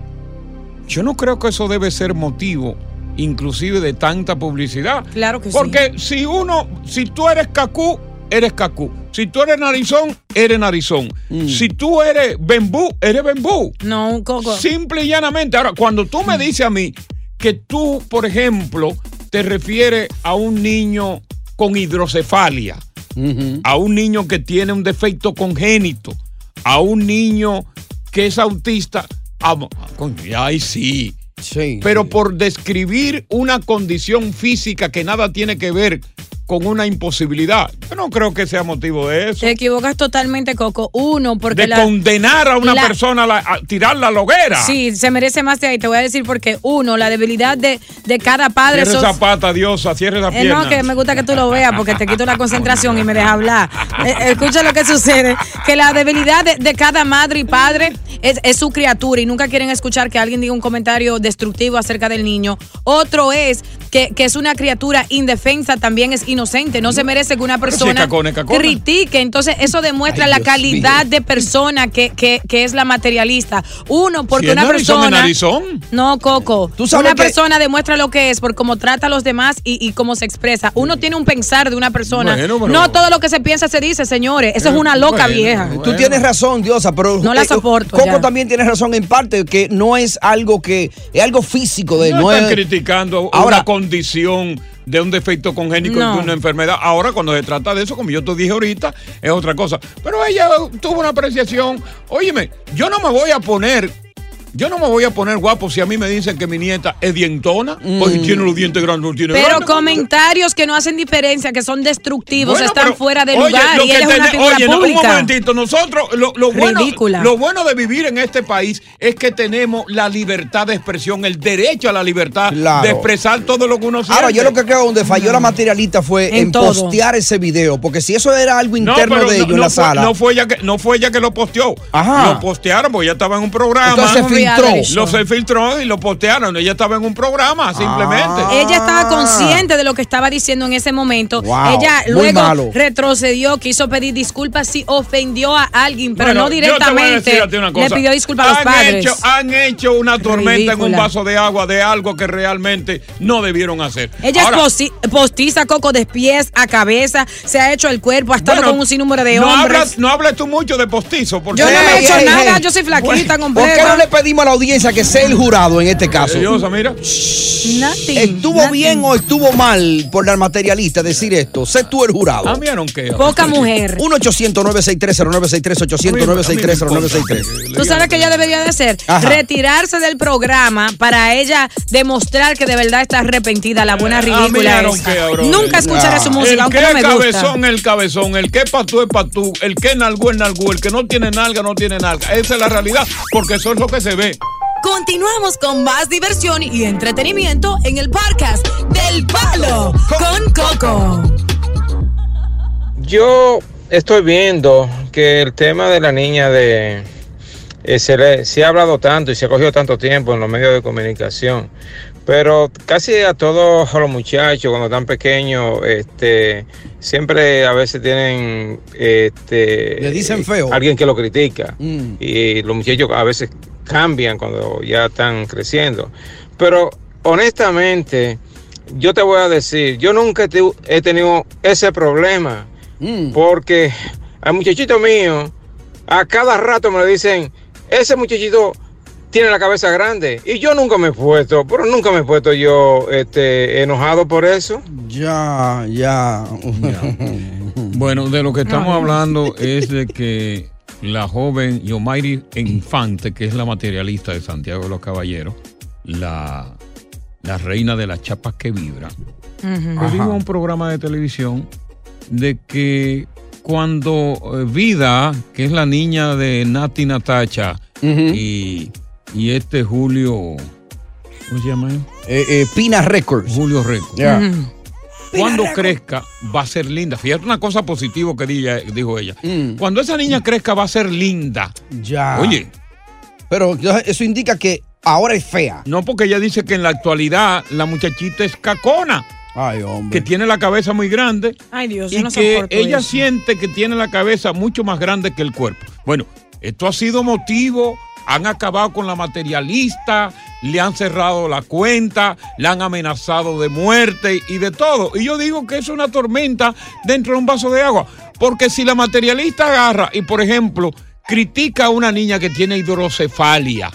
Speaker 4: Yo no creo que eso debe ser motivo, inclusive de tanta publicidad.
Speaker 3: Claro que sí.
Speaker 4: Porque si uno, si tú eres cacú, eres cacú. Si tú eres narizón, eres narizón. Si tú eres bembú, eres bembú.
Speaker 3: Mm. No, Coco.
Speaker 4: Simple y llanamente. Ahora, cuando tú me dices a mí que tú, por ejemplo, te refieres a un niño con hidrocefalia, a un niño que tiene un defecto congénito, a un niño que es autista, ah, mo- ah, coño, y ahí sí. Pero por describir una condición física que nada tiene que ver con una imposibilidad, yo no creo que sea motivo de eso.
Speaker 3: Te equivocas totalmente, Coco. Uno, porque
Speaker 4: de
Speaker 3: la-
Speaker 4: condenar a una
Speaker 3: la-
Speaker 4: persona a, la- a tirarla a la hoguera.
Speaker 3: Sí, se merece más de ahí. Te voy a decir porque uno, la debilidad de, de cada padre.
Speaker 4: Cierre
Speaker 3: sos-
Speaker 4: esa pata, Diosa, cierre esa
Speaker 3: Eh,
Speaker 4: pierna.
Speaker 3: no, que me gusta que tú lo veas porque te quito la concentración y me deja hablar. Eh, escucha lo que sucede, que la debilidad de, de cada madre y padre es, es su criatura y nunca quieren escuchar que alguien diga un comentario destructivo acerca del niño. Otro es que, que es una criatura indefensa, también es inocente, no se merece que una
Speaker 4: si es
Speaker 3: persona
Speaker 4: cacona, es cacona.
Speaker 3: critique. Entonces eso demuestra
Speaker 4: Ay,
Speaker 3: la
Speaker 4: Dios
Speaker 3: calidad de persona que, que- que es la materialista. Uno, porque
Speaker 4: Si es
Speaker 3: una
Speaker 4: narizón, es
Speaker 3: persona...
Speaker 4: narizón.
Speaker 3: No, Coco.
Speaker 4: sabes
Speaker 3: una
Speaker 4: que-
Speaker 3: persona demuestra lo que es por cómo trata a los demás y, y cómo se expresa.
Speaker 4: Mm.
Speaker 3: Uno tiene un pensar de una persona.
Speaker 2: Bueno, pero-
Speaker 3: No todo lo que se piensa se dice, señores. Eso
Speaker 4: Eh,
Speaker 3: es una loca vieja.
Speaker 2: Tú tienes razón, Diosa, pero.
Speaker 3: No la
Speaker 2: eh,
Speaker 3: soporto,
Speaker 2: Coco
Speaker 3: ya.
Speaker 2: también tiene razón en parte, que no es algo que. Es algo físico de él.
Speaker 4: No,
Speaker 2: No,
Speaker 4: están
Speaker 2: es-
Speaker 4: criticando
Speaker 2: Ahora-
Speaker 4: una condición de un defecto congénico
Speaker 2: No.
Speaker 4: de una enfermedad. Ahora, cuando se trata de eso, como yo te dije ahorita, es otra cosa. Pero ella tuvo una apreciación. Óyeme, yo no me voy a poner. Yo no me voy a poner guapo si a mí me dicen que mi nieta es dientona.
Speaker 2: Mm.
Speaker 4: Oye, tiene los dientes grandes, tiene
Speaker 3: Pero
Speaker 4: grandes.
Speaker 3: comentarios que no hacen diferencia, que son destructivos,
Speaker 4: Bueno,
Speaker 3: están
Speaker 4: pero,
Speaker 3: fuera de
Speaker 4: oye,
Speaker 3: lugar
Speaker 4: lo
Speaker 3: y
Speaker 4: que
Speaker 3: ella es una
Speaker 4: tene-
Speaker 3: figura
Speaker 4: oye, no, un
Speaker 3: pública.
Speaker 4: momentito, nosotros, lo, lo bueno,
Speaker 3: Ridícula.
Speaker 4: lo bueno de vivir en este país es que tenemos la libertad de expresión, el derecho a la libertad
Speaker 2: Claro.
Speaker 4: de expresar todo lo que uno siente.
Speaker 2: Ahora, yo lo que creo donde falló la materialista fue en,
Speaker 4: En todo.
Speaker 2: postear ese video, porque si eso era algo
Speaker 4: No,
Speaker 2: interno
Speaker 4: pero
Speaker 2: de
Speaker 4: no-
Speaker 2: ellos en
Speaker 4: no
Speaker 2: la
Speaker 4: fue-
Speaker 2: sala.
Speaker 4: No fue, ella que, no fue ella que lo posteó.
Speaker 2: Ajá.
Speaker 4: Lo postearon porque ella estaba en un programa.
Speaker 2: Entonces se filtró.
Speaker 4: Lo se filtró y lo postearon. Ella estaba en un programa, simplemente.
Speaker 3: Ella estaba consciente de lo que estaba diciendo en ese momento.
Speaker 4: Ah. Wow,
Speaker 3: ella
Speaker 4: muy
Speaker 3: luego
Speaker 4: malo.
Speaker 3: retrocedió, quiso pedir disculpas si ofendió a alguien, pero
Speaker 4: Bueno,
Speaker 3: no
Speaker 4: yo te voy a
Speaker 3: directamente.
Speaker 4: decir a ti una
Speaker 3: Le
Speaker 4: cosa.
Speaker 3: pidió disculpas a los
Speaker 4: Han
Speaker 3: padres.
Speaker 4: hecho- han hecho una tormenta en un
Speaker 3: Ridícula.
Speaker 4: vaso de agua de algo que realmente no debieron hacer.
Speaker 3: Ella
Speaker 4: Ahora,
Speaker 3: es posi- postiza, Coco, de pies a cabeza, se ha hecho el cuerpo, ha estado
Speaker 4: bueno,
Speaker 3: con un sinnúmero de
Speaker 4: no
Speaker 3: hombres.
Speaker 4: hablas, no hablas tú mucho de postizo. Porque
Speaker 3: Yo no me he
Speaker 2: Ey,
Speaker 3: hecho
Speaker 2: ey,
Speaker 3: nada,
Speaker 2: ey.
Speaker 3: yo soy flaquita,
Speaker 2: eh, ¿Por qué
Speaker 3: completa.
Speaker 2: no le pedimos a la audiencia que sea el jurado en este caso?
Speaker 4: Eh, Diosa, mira.
Speaker 2: ¿Estuvo bien o estuvo mal por la materialista decir esto? Sé tú el jurado.
Speaker 4: ¿Vieron qué?
Speaker 3: Poca mujer.
Speaker 2: 1 800 963 0963 800 963 0963
Speaker 3: Tú sabes que ella debería de hacer
Speaker 2: Ajá.
Speaker 3: retirarse del programa para ella demostrar que de verdad está arrepentida, la buena
Speaker 4: Ah,
Speaker 3: ridícula.
Speaker 4: mira,
Speaker 3: es.
Speaker 4: aunque, ahora-
Speaker 3: Nunca escucharé
Speaker 4: Ah.
Speaker 3: su música, aunque no me
Speaker 4: El que es cabezón,
Speaker 3: gusta.
Speaker 4: el cabezón. El que es patú es patú. El que es nalgú es nalgú. El que no tiene nalga, no tiene nalga. Esa es la realidad, porque eso es lo que se ve.
Speaker 7: Continuamos con más diversión y entretenimiento en el podcast del Palo con Coco.
Speaker 17: Yo estoy viendo que el tema de la niña de... eh, se, le, se ha hablado tanto y se ha cogido tanto tiempo en los medios de comunicación, pero casi a todos los muchachos cuando están pequeños, este, siempre a veces tienen... Este,
Speaker 2: Le dicen feo.
Speaker 17: Alguien que lo critica.
Speaker 2: Mm.
Speaker 17: y los muchachos a veces cambian cuando ya están creciendo. Pero honestamente, yo te voy a decir, yo nunca te- he tenido ese problema, porque al muchachito mío, a cada rato me lo dicen, ese muchachito tiene la cabeza grande, y yo nunca me he puesto, pero nunca me he puesto yo este, enojado por eso.
Speaker 2: Ya, ya.
Speaker 4: Bueno, de lo que estamos
Speaker 17: Ay.
Speaker 4: hablando es de que la joven Yomairi Infante, que es la materialista de Santiago de los Caballeros, la, la reina de las chapas que vibra, le digo a un programa de televisión de que cuando eh, Vida, que es la niña de Nati Natacha y, y este Julio, ¿cómo se llama? él?
Speaker 2: Eh, Pina Records.
Speaker 4: Julio Records.
Speaker 2: Ya.
Speaker 4: Cuando crezca va a ser linda. Fíjate una cosa positiva que diga- dijo ella.
Speaker 2: Mm.
Speaker 4: Cuando esa niña crezca va a ser linda.
Speaker 2: Ya.
Speaker 4: Oye.
Speaker 2: Pero eso indica que ahora es fea.
Speaker 4: No, porque ella dice que en la actualidad la muchachita es cacona.
Speaker 2: Ay, hombre.
Speaker 4: Que tiene la cabeza muy grande.
Speaker 3: Ay, Dios, yo
Speaker 4: y
Speaker 3: no
Speaker 4: que
Speaker 3: soporto
Speaker 4: ella
Speaker 3: eso.
Speaker 4: siente que tiene la cabeza mucho más grande que el cuerpo. Bueno, esto ha sido motivo, han acabado con la materialista, le han cerrado la cuenta, la han amenazado de muerte y de todo. Y yo digo que es una tormenta dentro de un vaso de agua, porque si la materialista agarra y, por ejemplo, critica a una niña que tiene hidrocefalia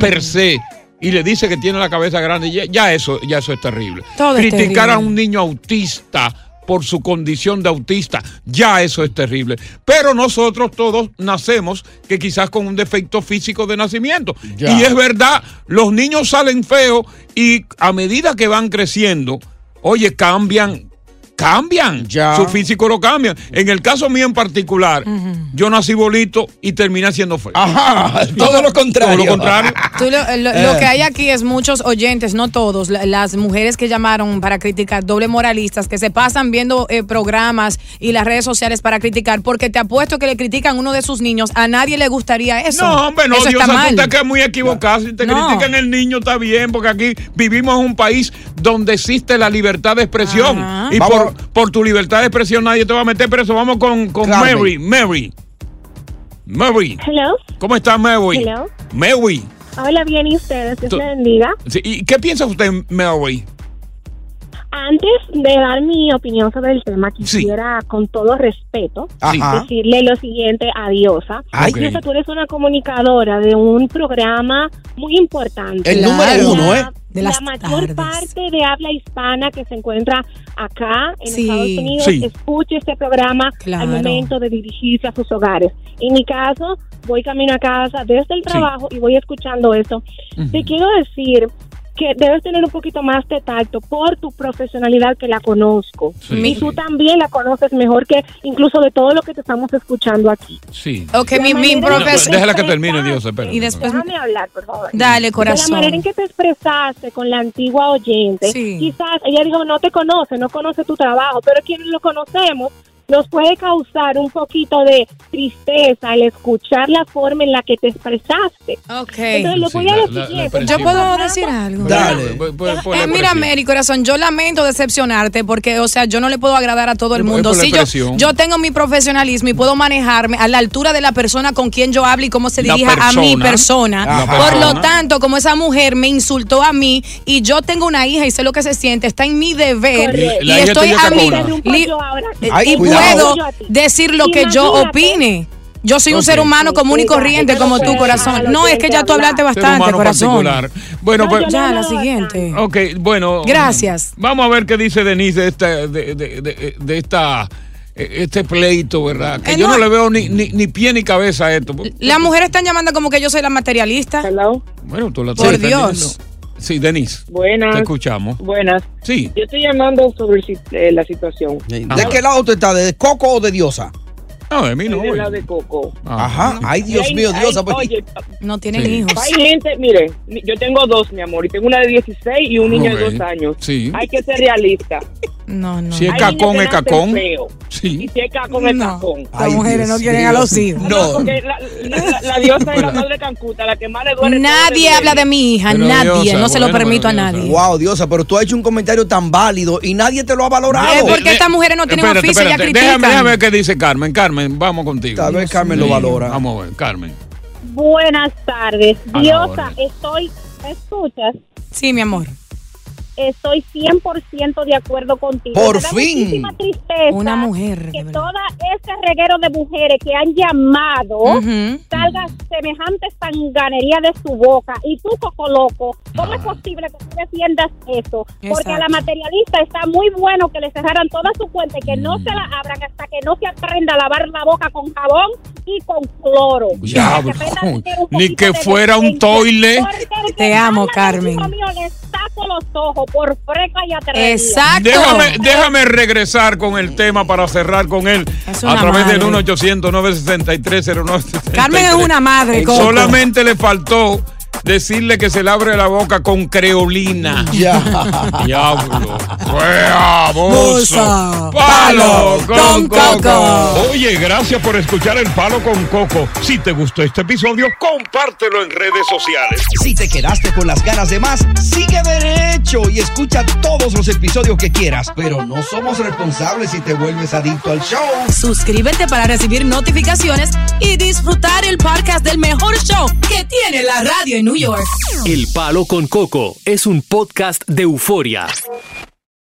Speaker 4: per se y le dice que tiene la cabeza grande, ya, ya eso, ya eso es terrible.
Speaker 18: Todo es
Speaker 4: Criticar a
Speaker 18: terrible.
Speaker 4: un niño autista por su condición de autista, ya eso es terrible. Pero nosotros todos nacemos que quizás con un defecto físico de nacimiento.
Speaker 18: Ya.
Speaker 4: Y es verdad, los niños salen feos y a medida que van creciendo, oye, cambian, cambian, su físico lo cambian. En el caso mío en particular, yo nací bolito y terminé siendo feo.
Speaker 2: Ajá, todo lo contrario.
Speaker 4: Todo lo contrario.
Speaker 3: Tú lo, lo-
Speaker 4: Eh.
Speaker 3: lo que hay aquí es muchos oyentes, no todos, la- las mujeres que llamaron para criticar, doble moralistas, que se pasan viendo eh, programas y las redes sociales para criticar, porque te apuesto que le critican uno de sus niños. A nadie le gustaría eso.
Speaker 4: No, hombre, no,
Speaker 3: eso
Speaker 4: Dios,
Speaker 3: está
Speaker 4: tú
Speaker 3: mal.
Speaker 4: estás que muy equivocado. Si te
Speaker 3: No.
Speaker 4: critican el niño, está bien, porque aquí vivimos en un país donde existe la libertad de expresión. Y por, por tu libertad de expresión nadie te va a meter preso. Vamos con, con
Speaker 18: Carmen.
Speaker 4: Mary, Mary. Mary. ¿Cómo está Mary?
Speaker 19: Hello.
Speaker 4: Mary.
Speaker 19: Hola, bien, ¿y ustedes? Dios
Speaker 4: Tú-
Speaker 19: le bendiga.
Speaker 4: Sí, ¿Y qué piensa usted, Mary?
Speaker 19: Antes de dar mi opinión sobre el tema, quisiera con todo respeto
Speaker 4: Ajá.
Speaker 19: decirle lo siguiente a Diosa.
Speaker 2: Ay.
Speaker 19: Diosa, tú eres una comunicadora de un programa muy importante.
Speaker 2: El número uno, ¿eh?
Speaker 19: De la mayor parte de habla hispana que se encuentra acá en
Speaker 3: Sí.
Speaker 19: Estados Unidos
Speaker 3: Sí.
Speaker 19: escuche este programa
Speaker 3: Claro.
Speaker 19: al momento de dirigirse a sus hogares. En mi caso, voy camino a casa desde el trabajo y voy escuchando esto. Te quiero decir que debes tener un poquito más de tacto por tu profesionalidad que la conozco.
Speaker 4: Sí.
Speaker 19: y tú también la conoces mejor que incluso de todo lo que te estamos escuchando aquí.
Speaker 4: Sí.
Speaker 19: Ok, mi- mi profesor-
Speaker 4: Déjala que termine, Dios, espera.
Speaker 19: Y después-
Speaker 3: Déjame
Speaker 19: hablar, por favor.
Speaker 3: Dale,
Speaker 19: De la
Speaker 3: corazón.
Speaker 19: manera en que te expresaste con la antigua oyente,
Speaker 3: Sí.
Speaker 19: quizás ella dijo, no te conoce, no conoce tu trabajo, pero quienes lo conocemos nos puede causar un poquito de tristeza al escuchar la forma en la que te expresaste. Entonces, lo
Speaker 3: Sí,
Speaker 19: voy a lo
Speaker 3: la- la- la
Speaker 19: siguiente.
Speaker 3: Yo puedo decir algo. Eh, mira, Mary, corazón, yo lamento decepcionarte porque, o sea, yo no le puedo agradar a todo el
Speaker 4: Es por
Speaker 3: mundo.
Speaker 4: la
Speaker 3: Sí, yo,
Speaker 4: presión.
Speaker 3: yo tengo mi profesionalismo y puedo manejarme a la altura de la persona con quien yo hablo y cómo se
Speaker 4: La
Speaker 3: dirija a mi
Speaker 4: persona.
Speaker 3: persona.
Speaker 4: La
Speaker 3: Por
Speaker 4: persona.
Speaker 3: lo tanto, como esa mujer me insultó a mí y yo tengo una hija y sé lo que se siente, está en mi deber
Speaker 19: Correcto.
Speaker 3: y
Speaker 19: La hija
Speaker 3: estoy
Speaker 19: tuya
Speaker 3: a
Speaker 19: está
Speaker 3: mi
Speaker 19: con una-
Speaker 3: li-
Speaker 19: Yo ahora-
Speaker 3: eh,
Speaker 19: Ay,
Speaker 3: y
Speaker 19: cuidado.
Speaker 3: puedo decir lo que yo
Speaker 19: Imagínate.
Speaker 3: opine. Yo soy un
Speaker 4: Ok.
Speaker 3: ser humano común y corriente como tú, corazón. No, es que ya tú hablaste
Speaker 4: Ser
Speaker 3: bastante,
Speaker 4: humano
Speaker 3: corazón.
Speaker 4: particular. Bueno, pues.
Speaker 3: ya, la siguiente.
Speaker 4: Ok, bueno. mm,
Speaker 3: Gracias.
Speaker 4: Vamos a ver qué dice Denise de esta, de, de- de- de esta este pleito, ¿verdad? Que
Speaker 3: Eh,
Speaker 4: yo no,
Speaker 3: no.
Speaker 4: le veo ni, ni, ni pie ni cabeza a esto.
Speaker 3: Las mujeres están llamando como que yo soy la materialista.
Speaker 4: Bueno, tú la
Speaker 3: Por
Speaker 4: estás
Speaker 3: Dios.
Speaker 4: entendiendo. Sí, Denise.
Speaker 20: Buenas.
Speaker 4: Te escuchamos.
Speaker 20: Buenas.
Speaker 4: Sí.
Speaker 20: Yo estoy llamando sobre si- eh, la situación.
Speaker 2: ¿De qué lado tú estás? ¿De Coco o de Diosa?
Speaker 4: No, de mí
Speaker 20: Estoy del lado Ah. de Coco. Ah,
Speaker 2: Ajá. Ay, Dios
Speaker 20: Hay-
Speaker 2: mío,
Speaker 20: hay-
Speaker 2: Diosa. pues.
Speaker 20: oye,
Speaker 3: No tienen
Speaker 20: Sí.
Speaker 3: hijos.
Speaker 20: Hay gente, mire, mi- yo tengo dos, mi amor, y tengo una de 16 y un niño
Speaker 2: Ok,
Speaker 20: de dos años.
Speaker 2: sí.
Speaker 20: Hay que ser realista.
Speaker 3: No, no.
Speaker 4: Si es cacón, es cacón.
Speaker 3: Sí.
Speaker 20: Si es cacón, es cacón.
Speaker 3: Las mujeres no quieren a los hijos.
Speaker 20: Porque la, la- la diosa es la madre Cancuta, la que más le duele. todo
Speaker 3: Nadie
Speaker 20: le
Speaker 3: habla
Speaker 20: duele.
Speaker 3: de mi hija,
Speaker 2: Pero
Speaker 3: nadie.
Speaker 2: Diosa,
Speaker 3: no se lo
Speaker 2: bueno,
Speaker 3: permito
Speaker 2: pero
Speaker 3: a nadie.
Speaker 2: Wow, Diosa, pero tú has hecho un comentario tan válido y nadie te lo ha valorado.
Speaker 3: Es Eh, porque estas mujeres no tienen
Speaker 4: Espérate,
Speaker 3: oficio, ellas
Speaker 4: espérate.
Speaker 3: critican.
Speaker 4: Déjame, déjame ver qué dice Carmen. Carmen, vamos contigo.
Speaker 2: Tal vez Carmen lo
Speaker 4: Sí,
Speaker 2: valora.
Speaker 4: Vamos a ver, Carmen.
Speaker 19: Buenas tardes.
Speaker 4: A la
Speaker 19: Diosa,
Speaker 4: orden.
Speaker 19: estoy. ¿Me escuchas?
Speaker 3: Sí, mi amor.
Speaker 19: Estoy 100% de acuerdo contigo.
Speaker 3: Por
Speaker 19: Me da
Speaker 3: fin.
Speaker 19: muchísima tristeza
Speaker 3: Una mujer,
Speaker 19: Que todo este reguero de mujeres que han llamado
Speaker 3: Ujú.
Speaker 19: salga semejante sanganería de su boca. Y tú, Coco Loco, ¿cómo es posible que tú defiendas eso? Porque a la
Speaker 3: Ah. Exacto.
Speaker 19: materialista está muy bueno que le cerraran toda su cuenta y que no
Speaker 3: Mm.
Speaker 19: se la abran hasta que no se aprenda a lavar la boca con jabón y con cloro.
Speaker 4: Diablo. Ni que
Speaker 19: de
Speaker 4: fuera un
Speaker 19: decencia.
Speaker 4: toile.
Speaker 3: Te amo, Carmen.
Speaker 19: Hijo mío, les tapo los ojos por freca y atrevida.
Speaker 4: Déjame, déjame regresar con el tema para cerrar con él
Speaker 3: Es
Speaker 4: a
Speaker 3: una
Speaker 4: través del
Speaker 3: madre.
Speaker 4: 1 800 963 0963
Speaker 3: Carmen es una madre, Coco.
Speaker 4: Solamente le faltó decirle que se le abre la boca con creolina.
Speaker 2: Ya.
Speaker 4: Diablo. ¡Qué abuso!
Speaker 1: Busa.
Speaker 4: ¡Palo
Speaker 1: Con
Speaker 4: con coco!
Speaker 1: Coco.
Speaker 4: Oye, gracias por escuchar el Palo con Coco. Si te gustó este episodio, compártelo en redes sociales.
Speaker 2: Si te quedaste con las ganas de más, sigue derecho y escucha todos los episodios que quieras. Pero no somos responsables si te vuelves adicto al show.
Speaker 7: Suscríbete para recibir notificaciones y disfrutar el podcast del mejor show que tiene la radio en New York.
Speaker 21: El Palo con Coco es un podcast de euforia.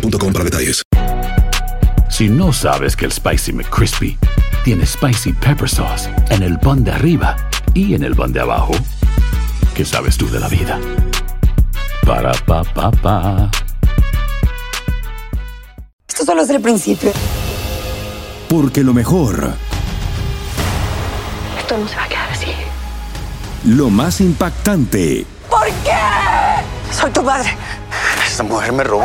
Speaker 6: para detalles.
Speaker 22: Si no sabes que el Spicy McCrispy tiene spicy pepper sauce en el pan de arriba y en el pan de abajo, ¿qué sabes tú de la vida? Para pa pa pa.
Speaker 23: Esto solo es el principio.
Speaker 18: Porque lo mejor,
Speaker 23: Esto no se va a quedar así.
Speaker 18: lo más impactante,
Speaker 23: ¿Por qué? Soy tu padre.
Speaker 18: esta mujer me robó.